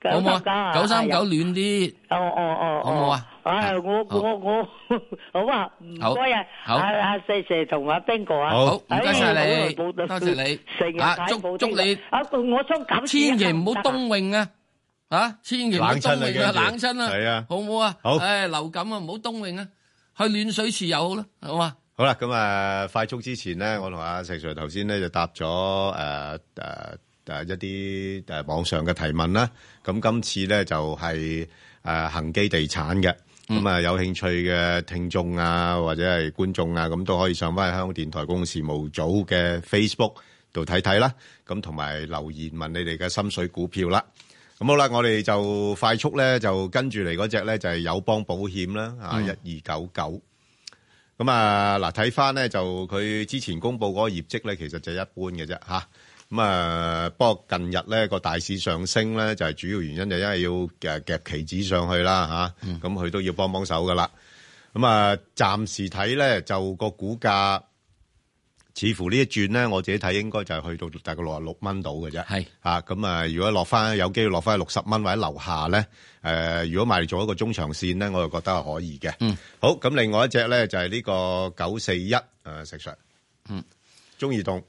Speaker 15: 係
Speaker 2: 好唔好啊？九三
Speaker 15: 939
Speaker 2: 九暖啲，
Speaker 15: 哦哦哦，
Speaker 2: 好唔好啊？
Speaker 15: 唉，我我 我好啊，唔該啊，
Speaker 2: 好
Speaker 15: 阿阿四四同阿邊個啊？
Speaker 2: 好唔該
Speaker 15: 唉
Speaker 2: 晒你
Speaker 15: 好耐冇得
Speaker 2: 多謝你
Speaker 15: 成日
Speaker 2: 啊
Speaker 15: 睇
Speaker 2: 祝
Speaker 15: 報
Speaker 2: 祝
Speaker 15: 紙
Speaker 2: 你
Speaker 15: 啊，我想感受一下
Speaker 2: 千祈唔好
Speaker 15: à.
Speaker 2: 冬泳啊！啊，千祈唔好冬
Speaker 1: 冷
Speaker 2: 泳
Speaker 1: 親
Speaker 2: 啊，
Speaker 1: 啊驚住
Speaker 2: 冷親啊，
Speaker 1: 係啊
Speaker 2: 好唔好啊？
Speaker 1: 好
Speaker 2: 唉，流感啊，唔好冬泳啊，去暖水池游好啦，好嘛？
Speaker 1: 好啦，咁啊，快速之前咧，我同阿石 Sir 頭先咧就答咗誒誒誒一啲誒網上嘅提問啦。咁今次咧就係誒恒基地產嘅，咁啊有興趣嘅聽眾啊或者係觀眾啊，咁都可以上翻香港電台公共事務組嘅 Facebook 度睇睇啦。咁同埋留言問你哋嘅心水股票啦。咁好啦，我哋就快速咧就跟住嚟嗰只咧就係友邦保險啦，啊
Speaker 16: 嗯
Speaker 1: 一二九九。咁啊，嗱睇翻咧就佢之前公布嗰個業績咧，其實就一般嘅啫嚇。咁啊，不過近日咧個大市上升咧，就係主要原因就因為要誒夾期指上去啦嚇，咁佢都要幫幫手噶啦。咁啊，暫時睇咧就個股價。似乎呢一轉咧，我自己睇應該就係去到大概六啊六蚊度嘅啫。係啊，咁啊，如果落翻有機會落翻六十蚊或者樓下咧，誒、如果買嚟做一個中長線咧，我就覺得係可以嘅。嗯，好，咁另外一隻咧就係、呢個九四一誒啊石 Sir，
Speaker 2: 嗯，
Speaker 1: 中移動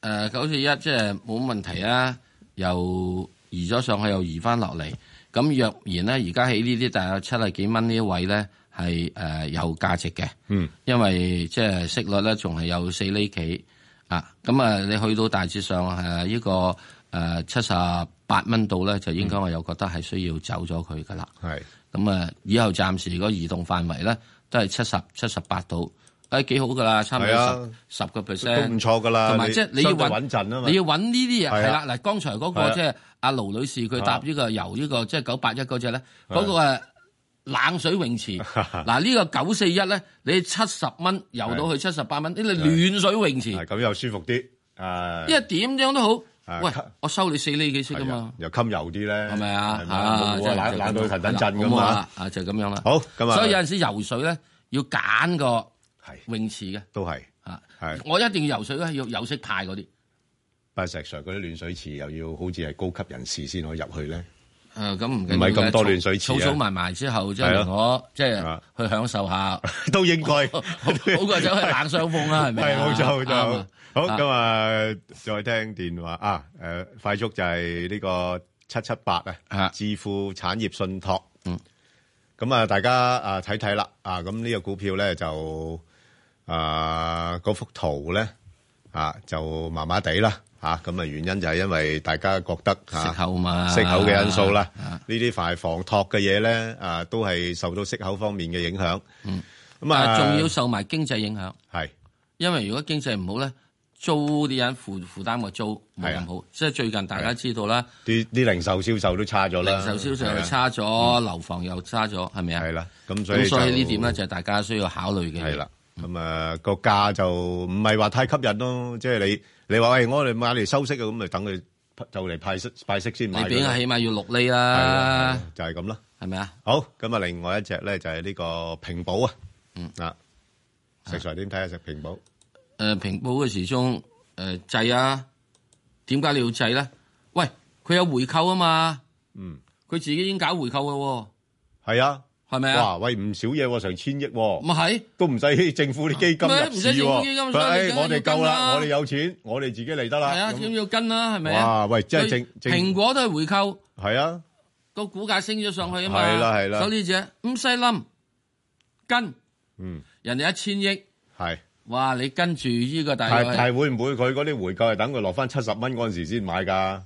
Speaker 2: 誒九四一即係冇問題啊，又移咗上去又移翻落嚟，咁若然咧而家喺呢啲大約七啊幾蚊呢一位咧係誒有價值嘅，
Speaker 1: 嗯，
Speaker 2: 因為即係息率咧仲係有四厘幾啊，咁啊你去到大致上誒呢個誒七十八蚊度咧，就應該我又覺得係需要走咗佢噶啦，
Speaker 1: 係，
Speaker 2: 咁啊以後暫時個移動範圍咧都係七十七十八度，誒幾好噶啦，差唔多
Speaker 1: 係啊
Speaker 2: 十十個 percent
Speaker 1: 都唔錯噶啦，
Speaker 2: 同埋即係你要
Speaker 1: 相對
Speaker 2: 揾
Speaker 1: 穩陣啊嘛，
Speaker 2: 你要揾呢啲嘢
Speaker 1: 係啊
Speaker 2: 係啦。嗱，剛才嗰
Speaker 1: 係
Speaker 2: 個
Speaker 1: 啊
Speaker 2: 即係阿盧女士佢
Speaker 1: 啊
Speaker 2: 搭呢個由呢個即係九八一嗰只咧，
Speaker 1: 係
Speaker 2: 嗰個誒冷水 泳池。嗱呢個九四一咧，你七十蚊游到去七十八蚊，呢個暖水泳池，
Speaker 1: 咁又舒服啲啊，
Speaker 2: 因為點樣都好。
Speaker 1: 啊
Speaker 2: 喂
Speaker 1: 吸，
Speaker 2: 我收你四厘幾息噶嘛，
Speaker 1: 又襟油啲咧，係
Speaker 2: 咪啊？
Speaker 1: 咪
Speaker 2: 啊，
Speaker 1: 冇
Speaker 2: 真係
Speaker 1: 啊，
Speaker 2: 就
Speaker 1: 冷
Speaker 2: 咁
Speaker 1: 冷到騰騰震
Speaker 2: 好
Speaker 1: 咁
Speaker 2: 唔好
Speaker 1: 啊
Speaker 2: 啊！！啊，就咁樣啦。
Speaker 1: 好咁啊
Speaker 2: 所以有陣時游水咧要揀個泳池嘅，
Speaker 1: 都係
Speaker 2: 啊，
Speaker 1: 係
Speaker 2: 我一定要游水咧，要有息派嗰啲。
Speaker 1: 但係石 Sir 嗰啲暖水池又要好似係高級人士先可以入去咧，
Speaker 2: 誒咁唔緊要嘅
Speaker 1: 唔係咁多亂水池啊
Speaker 2: 儲儲埋埋之後，即
Speaker 1: 係
Speaker 2: 係
Speaker 1: 咯
Speaker 2: 我即係去享受下，
Speaker 1: 都應該
Speaker 2: 好過走去冷相風啦，係咪
Speaker 1: 係
Speaker 2: 啊
Speaker 1: 冇錯冇
Speaker 2: 啱啊
Speaker 1: 錯。好咁啊，再聽電話啊，誒快速就係呢個七七八啊，置富產業信託。
Speaker 2: 嗯，
Speaker 1: 咁啊，大家啊睇睇啦啊，咁呢個股票咧就啊嗰幅圖咧啊就麻麻地啦。嚇咁啊！原因就係因為大家覺得啊
Speaker 2: 息口嘛
Speaker 1: 息口嘅因素啦，
Speaker 2: 啊
Speaker 1: 呢啲凡係房託嘅嘢咧，啊都係受到息口方面嘅影響。
Speaker 2: 嗯，
Speaker 1: 咁啊，
Speaker 2: 但係仲要受埋經濟影響。
Speaker 1: 係，
Speaker 2: 因為如果經濟唔好咧，租啲人負負擔個租冇咁
Speaker 1: 啊
Speaker 2: 好。即係最近大家知道啦，
Speaker 1: 啲啲零售銷售都差咗啦，
Speaker 2: 零售銷售
Speaker 1: 係
Speaker 2: 又
Speaker 1: 啊
Speaker 2: 差咗，
Speaker 1: 嗯
Speaker 2: 樓房又差咗，係咪啊？係
Speaker 1: 啦，咁所以
Speaker 2: 咁所以
Speaker 1: 就
Speaker 2: 呢點咧就係大家需要考慮嘅。
Speaker 1: 係啦，咁啊個價就唔係話太吸引咯，即係你你話喂我哋買嚟收息嘅，咁咪等佢就嚟派息派息先買
Speaker 2: 你
Speaker 1: 㗎啦。
Speaker 2: 俾佢起碼要六厘
Speaker 1: 係
Speaker 2: 啦
Speaker 1: 啦，係啦，就係咁啦，
Speaker 2: 係咪啊？
Speaker 1: 好，咁啊另外一隻咧就係呢個平保啊，
Speaker 2: 嗯
Speaker 1: 啊，石 Sir 點睇下石平保？啊
Speaker 2: 誒平保嘅時鐘誒制啊，點解你要制咧？喂，佢有回購啊嘛，
Speaker 1: 嗯，
Speaker 2: 佢自己已經搞回購嘅
Speaker 1: 係啊，
Speaker 2: 係咪啊
Speaker 1: 哇，喂唔少嘢喎，成千億喎，
Speaker 2: 咪係
Speaker 1: 都唔使政府啲基金
Speaker 2: 咪
Speaker 1: 入
Speaker 2: 唔使
Speaker 1: 市
Speaker 2: 政府
Speaker 1: 喎，
Speaker 2: 基金
Speaker 1: 佢
Speaker 2: 所以你
Speaker 1: 哎
Speaker 2: 梗係
Speaker 1: 我哋
Speaker 2: 要跟
Speaker 1: 夠啦，
Speaker 2: 啦
Speaker 1: 我哋有錢，我哋自己嚟得
Speaker 2: 喎，
Speaker 1: 啦。
Speaker 2: 係啊，
Speaker 1: 咁
Speaker 2: 點要跟啦？係咪啊？
Speaker 1: 哇喂真係
Speaker 2: 佢
Speaker 1: 正正
Speaker 2: 蘋果都係回購，
Speaker 1: 係啊，
Speaker 2: 個股價升咗上去啊嘛，
Speaker 1: 係啦係啦
Speaker 2: 所以呢只唔使冧跟
Speaker 1: 嗯，
Speaker 2: 人哋一千億，
Speaker 1: 係。
Speaker 2: 哇！你跟住呢個大概
Speaker 1: 但但會唔會佢嗰啲回購係等佢落翻七十蚊嗰陣時先買㗎？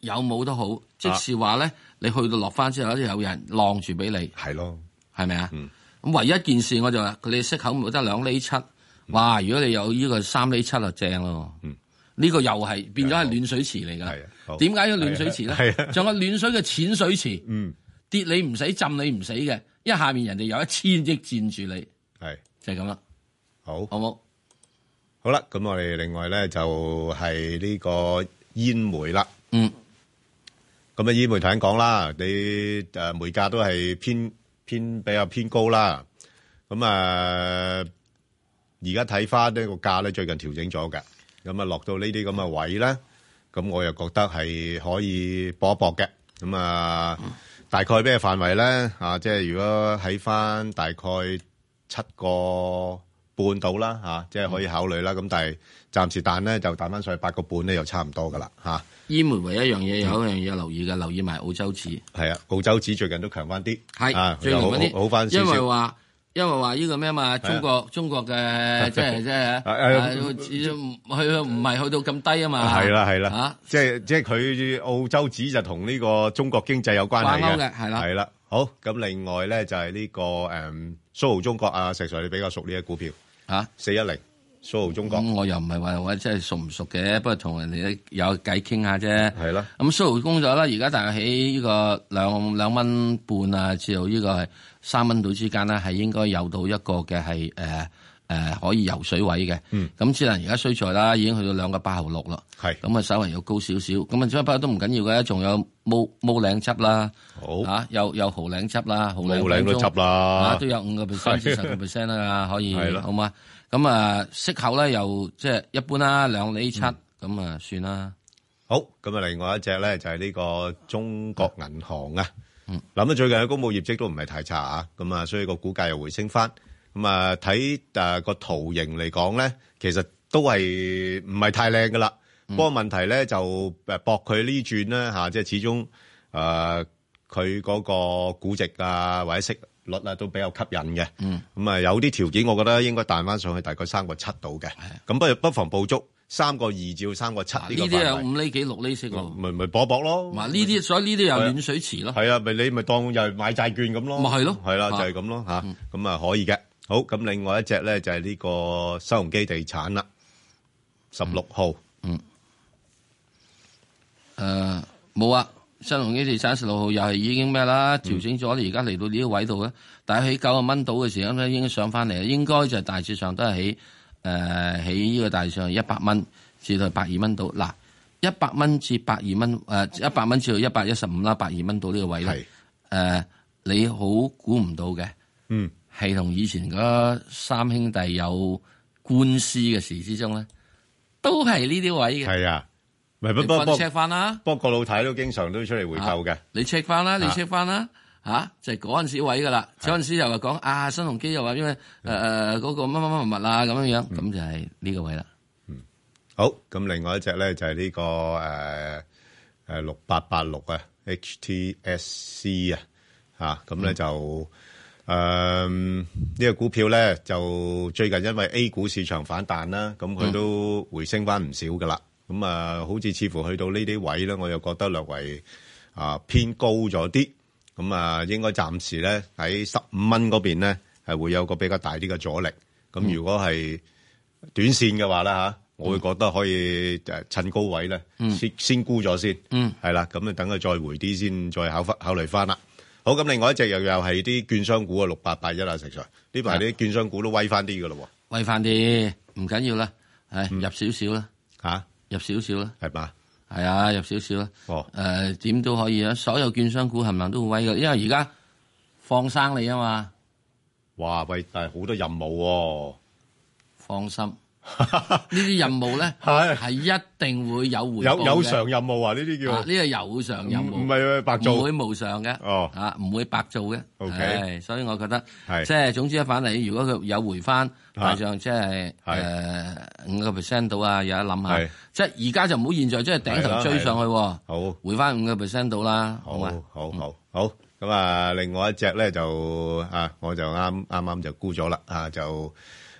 Speaker 2: 有冇都
Speaker 1: 啊
Speaker 2: 好，即是話咧，你去到落翻之後咧，有人晾住俾你，
Speaker 1: 係咯，嗯
Speaker 2: 係咪啊？咁唯一一件事我就話佢哋息口冇得兩厘七，哇！如果你有呢個三厘七就正咯，
Speaker 1: 嗯
Speaker 2: 呢個又係變咗
Speaker 1: 啊
Speaker 2: 係暖水池嚟
Speaker 1: 好
Speaker 2: 㗎。點解要暖水池
Speaker 1: 係
Speaker 2: 咧
Speaker 1: 啊係啊？
Speaker 2: 仲有暖水嘅淺水池，
Speaker 1: 嗯，
Speaker 2: 跌你唔使浸你唔死嘅，因為下面人哋有一千億佔住你，
Speaker 1: 係
Speaker 2: 就係咁啦。
Speaker 1: 好，
Speaker 2: 好冇？
Speaker 1: 好啦，咁我哋另外咧就係呢個煙煤啦。
Speaker 2: 嗯，
Speaker 1: 咁啊，煙煤頭先講啦，你誒煤價都係偏偏比較偏高啦。咁啊，而家睇翻呢個價咧，最近調整咗嘅，咁啊落到呢啲咁嘅位咧，咁我又覺得係可以搏一搏嘅。咁啊，大概咩範圍咧？啊，即係如果喺翻大概呃七個半到啦，嚇，即係可以考慮啦。咁但係暫時彈咧就彈翻上去八個半咧，又差唔多噶啦，嚇。
Speaker 2: 醫媒唯一一樣嘢有一樣嘢留意嘅，留意埋澳洲紙。
Speaker 1: 係啊，澳洲紙最近都強翻啲，
Speaker 2: 係
Speaker 1: 啊
Speaker 2: 最
Speaker 1: 又
Speaker 2: 近
Speaker 1: 好
Speaker 2: 嗰啲
Speaker 1: 好好翻少
Speaker 2: 因為
Speaker 1: 少。
Speaker 2: 話因為話呢個咩嘛，
Speaker 1: 係啊
Speaker 2: 中國中 國嘅即係即係
Speaker 1: 啊
Speaker 2: 啊
Speaker 1: 啊
Speaker 2: 去唔係去到咁低啊嘛，
Speaker 1: 係啦，係啦，即係即係佢澳洲紙就同呢個中國經濟有關係
Speaker 2: 掛
Speaker 1: 嘅，
Speaker 2: 鈎嘅係啦
Speaker 1: 係啦。好，咁另外咧就係呢個誒蘇豪中國啊，石 Sir 你比較熟呢隻股票
Speaker 2: 嚇，
Speaker 1: 四一零蘇豪中國。
Speaker 2: 咁啊嗯我又唔係話我真係熟唔熟嘅，不過同人哋有偈傾下啫。
Speaker 1: 係啦。
Speaker 2: 咁蘇豪工作啦，而家大概喺呢個兩兩蚊半啊，至到呢個係三蚊度之間咧，係應該有到一個嘅係誒誒可以游水位嘅。
Speaker 14: 嗯
Speaker 2: 咁只能而家衰在啦，已經去到兩個八毫六啦。
Speaker 1: 係。
Speaker 2: 咁啊，稍微又高少少。咁啊，不過都唔緊要嘅，仲有冇冇領執啦。
Speaker 1: 好。
Speaker 2: 啊，有有毫領執啦，毫領
Speaker 1: 冇領都
Speaker 2: 中
Speaker 1: 執啦
Speaker 2: 啊都有五個 percent 至十個
Speaker 1: 係
Speaker 2: percent 啦，可以
Speaker 1: 係啦
Speaker 2: 好嘛？咁啊，息口咧又即係一般啦，兩厘七
Speaker 1: 嗯
Speaker 2: 咁啊，算啦。
Speaker 1: 好，咁啊，另外一隻咧就係呢個中國銀行啊。諗到最近嘅公佈業績都唔係太差啊，咁啊，所以個股價又回升翻。咁啊，睇誒個圖形嚟講咧，其實都係唔係太靚噶啦。不過問題咧就誒博佢呢轉咧嚇，即係始終誒佢嗰個估值啊或者息率啊都比較吸引嘅。
Speaker 2: 嗯。
Speaker 1: 咁啊，有啲條件，我覺得應該彈翻上去大概三個七度嘅。咁不如不妨捕捉三個二至三個七呢
Speaker 2: 呢
Speaker 1: 個
Speaker 2: 啲
Speaker 1: 範
Speaker 2: 有
Speaker 1: 圍，
Speaker 2: 五厘幾六厘息喎。
Speaker 1: 咪咪搏搏咯。
Speaker 2: 嗱，呢啲 Ờ。所以呢啲又
Speaker 1: 哦係啊
Speaker 2: 暖水池咯。
Speaker 1: 係啊，咪你咪當又係買債券咁咯。
Speaker 2: 咪係咯
Speaker 1: 係啦，就
Speaker 2: 啊
Speaker 1: 係咁咯嚇。咁啊可以嘅。好，咁另外一隻咧就係呢個收容基地產啦，十六號。
Speaker 2: 嗯。誒冇啊，新鴻基地產十六號又係已經咩
Speaker 1: 嗯
Speaker 2: 啦，調整咗，而家嚟到呢個位度咧，但係喺九啊蚊到嘅時候咧，已經上翻嚟啦，應該就大致上都係喺誒喺呢個大致上一百蚊至到百二蚊到嗱。一百蚊至百二蚊，呃誒一百蚊至到一百一十五啦，百二蚊到呢個位咧，誒、你好估唔到嘅，
Speaker 1: 嗯，
Speaker 2: 係同以前嗰三兄弟有官司嘅時之中咧，都係呢啲位嘅，
Speaker 1: 係啊，唔係，不
Speaker 2: 你
Speaker 1: 不
Speaker 2: 幫
Speaker 1: 不
Speaker 2: 你 check 翻啦，
Speaker 1: 不過個老太都經常都出嚟回購嘅。
Speaker 2: 你 check 翻啦，你 check 翻啦，吓就係嗰陣時位噶啦，嗰陣時又話講啊新鴻基又話因為誒誒嗰個乜乜乜物物啊咁樣樣，咁就係呢個位啦。
Speaker 1: 好，咁另外一隻咧就係呢、個誒誒六八八六啊，HTSC 啊，嚇咁咧就誒呢、個股票咧就最近因為 A 股市場反彈啦，咁佢都回升翻唔少噶啦。咁啊、好似似乎去到呢啲位咧，我又覺得略為啊偏高咗啲。咁啊，應該暫時咧喺十五蚊嗰邊咧係會有個比較大啲嘅阻力。咁如果係短線嘅話啦嚇，我會覺得可以誒趁高位咧，
Speaker 14: 嗯
Speaker 1: 先先沽咗先，
Speaker 14: 嗯
Speaker 1: 係啦，咁啊等佢再回啲先，再考翻考慮翻啦。好，咁另外一隻又又係啲券商股啊，六八八一啊，石 Sir，呢排啲券商股都威翻啲嘅咯
Speaker 2: 喂翻啲，唔緊要啦，係入少少啦，
Speaker 1: 嚇
Speaker 2: 入少少啦，
Speaker 1: 係嘛？
Speaker 2: 係啊，入少少啦。
Speaker 1: 哦，
Speaker 2: 誒點都可以啊，所有券商股冚唪唥都好威嘅，因為而家放生你啊嘛。
Speaker 1: 喎。哇，喂，但係好多任務喎、
Speaker 2: 放 心，呢啲任務咧係一定會有回報
Speaker 1: 有
Speaker 2: 嘅
Speaker 1: 有償任務啊？呢啲叫
Speaker 2: 啊呢個有償任務，
Speaker 1: 唔唔係白做
Speaker 2: 唔會無償嘅，
Speaker 1: 哦，
Speaker 2: 啊唔會白做嘅。
Speaker 1: OK
Speaker 2: 係所以我覺得
Speaker 1: 係
Speaker 2: 即係總之一反嚟，如果佢有回翻，
Speaker 1: 啊
Speaker 2: 大上即係
Speaker 1: 係
Speaker 2: 誒五個 percent 到啊，有得諗
Speaker 1: 係
Speaker 2: 下。即係而家就唔好現在即係頂頭追上去
Speaker 1: 係
Speaker 2: 喎
Speaker 1: 啦，好
Speaker 2: 回翻五個 percent 到啦，好嘛？
Speaker 1: 好好好，咁啊，另外一隻咧就啊，我就啱啱啱就沽咗啦，啊就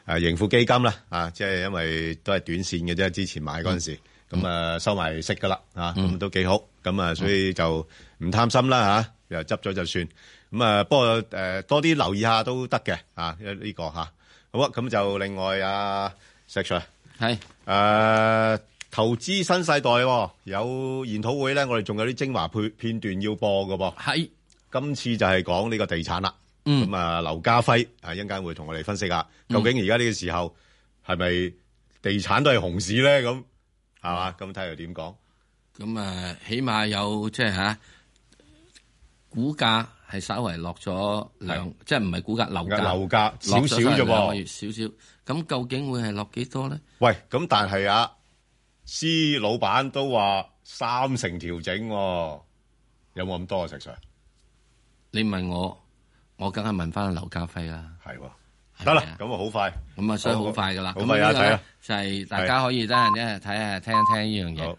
Speaker 1: 啊盈富基金啦，啊即係因為都係短線嘅啫，之前買嗰陣時，咁啊收埋息噶啦，啊咁都幾好，咁啊所以就唔貪心啦嚇，又執咗就算，咁啊不過誒多啲留意下都得嘅，啊呢個嚇，好啊，咁就另外啊石 Sir
Speaker 2: 係
Speaker 1: 誒。投資新世代、喎，有研討會咧，我哋仲有啲精華片片段要播嘅噃。
Speaker 2: 係，
Speaker 1: 今次就係講呢個地產啦。
Speaker 2: 嗯
Speaker 1: 咁啊，劉家輝啊，一陣間會同我哋分析下，究竟而家呢個時候係咪地產都係熊市咧？咁係嘛？
Speaker 2: 嗯
Speaker 1: 咁睇佢點講。
Speaker 2: 咁啊，起碼有即係嚇股價係稍微落咗兩
Speaker 1: 係，
Speaker 2: 即係唔係股價樓價
Speaker 1: 樓價
Speaker 2: 落咗
Speaker 1: 少少啫噃
Speaker 2: 兩個月少少。咁究竟會係落幾多咧？
Speaker 1: 喂，咁但係啊，C 老闆都話三成調整、喎，有冇咁多啊？石 Sir，
Speaker 2: 你問我，我梗係問翻劉家輝啦。
Speaker 1: 係喎，得啦，咁啊好快，
Speaker 2: 咁啊，所以好快噶啦。
Speaker 1: 好快啊，
Speaker 2: 咁呢個
Speaker 1: 睇
Speaker 2: 咧
Speaker 1: 啊，
Speaker 2: 就係大家可以得閒咧睇下聽一聽呢樣嘢。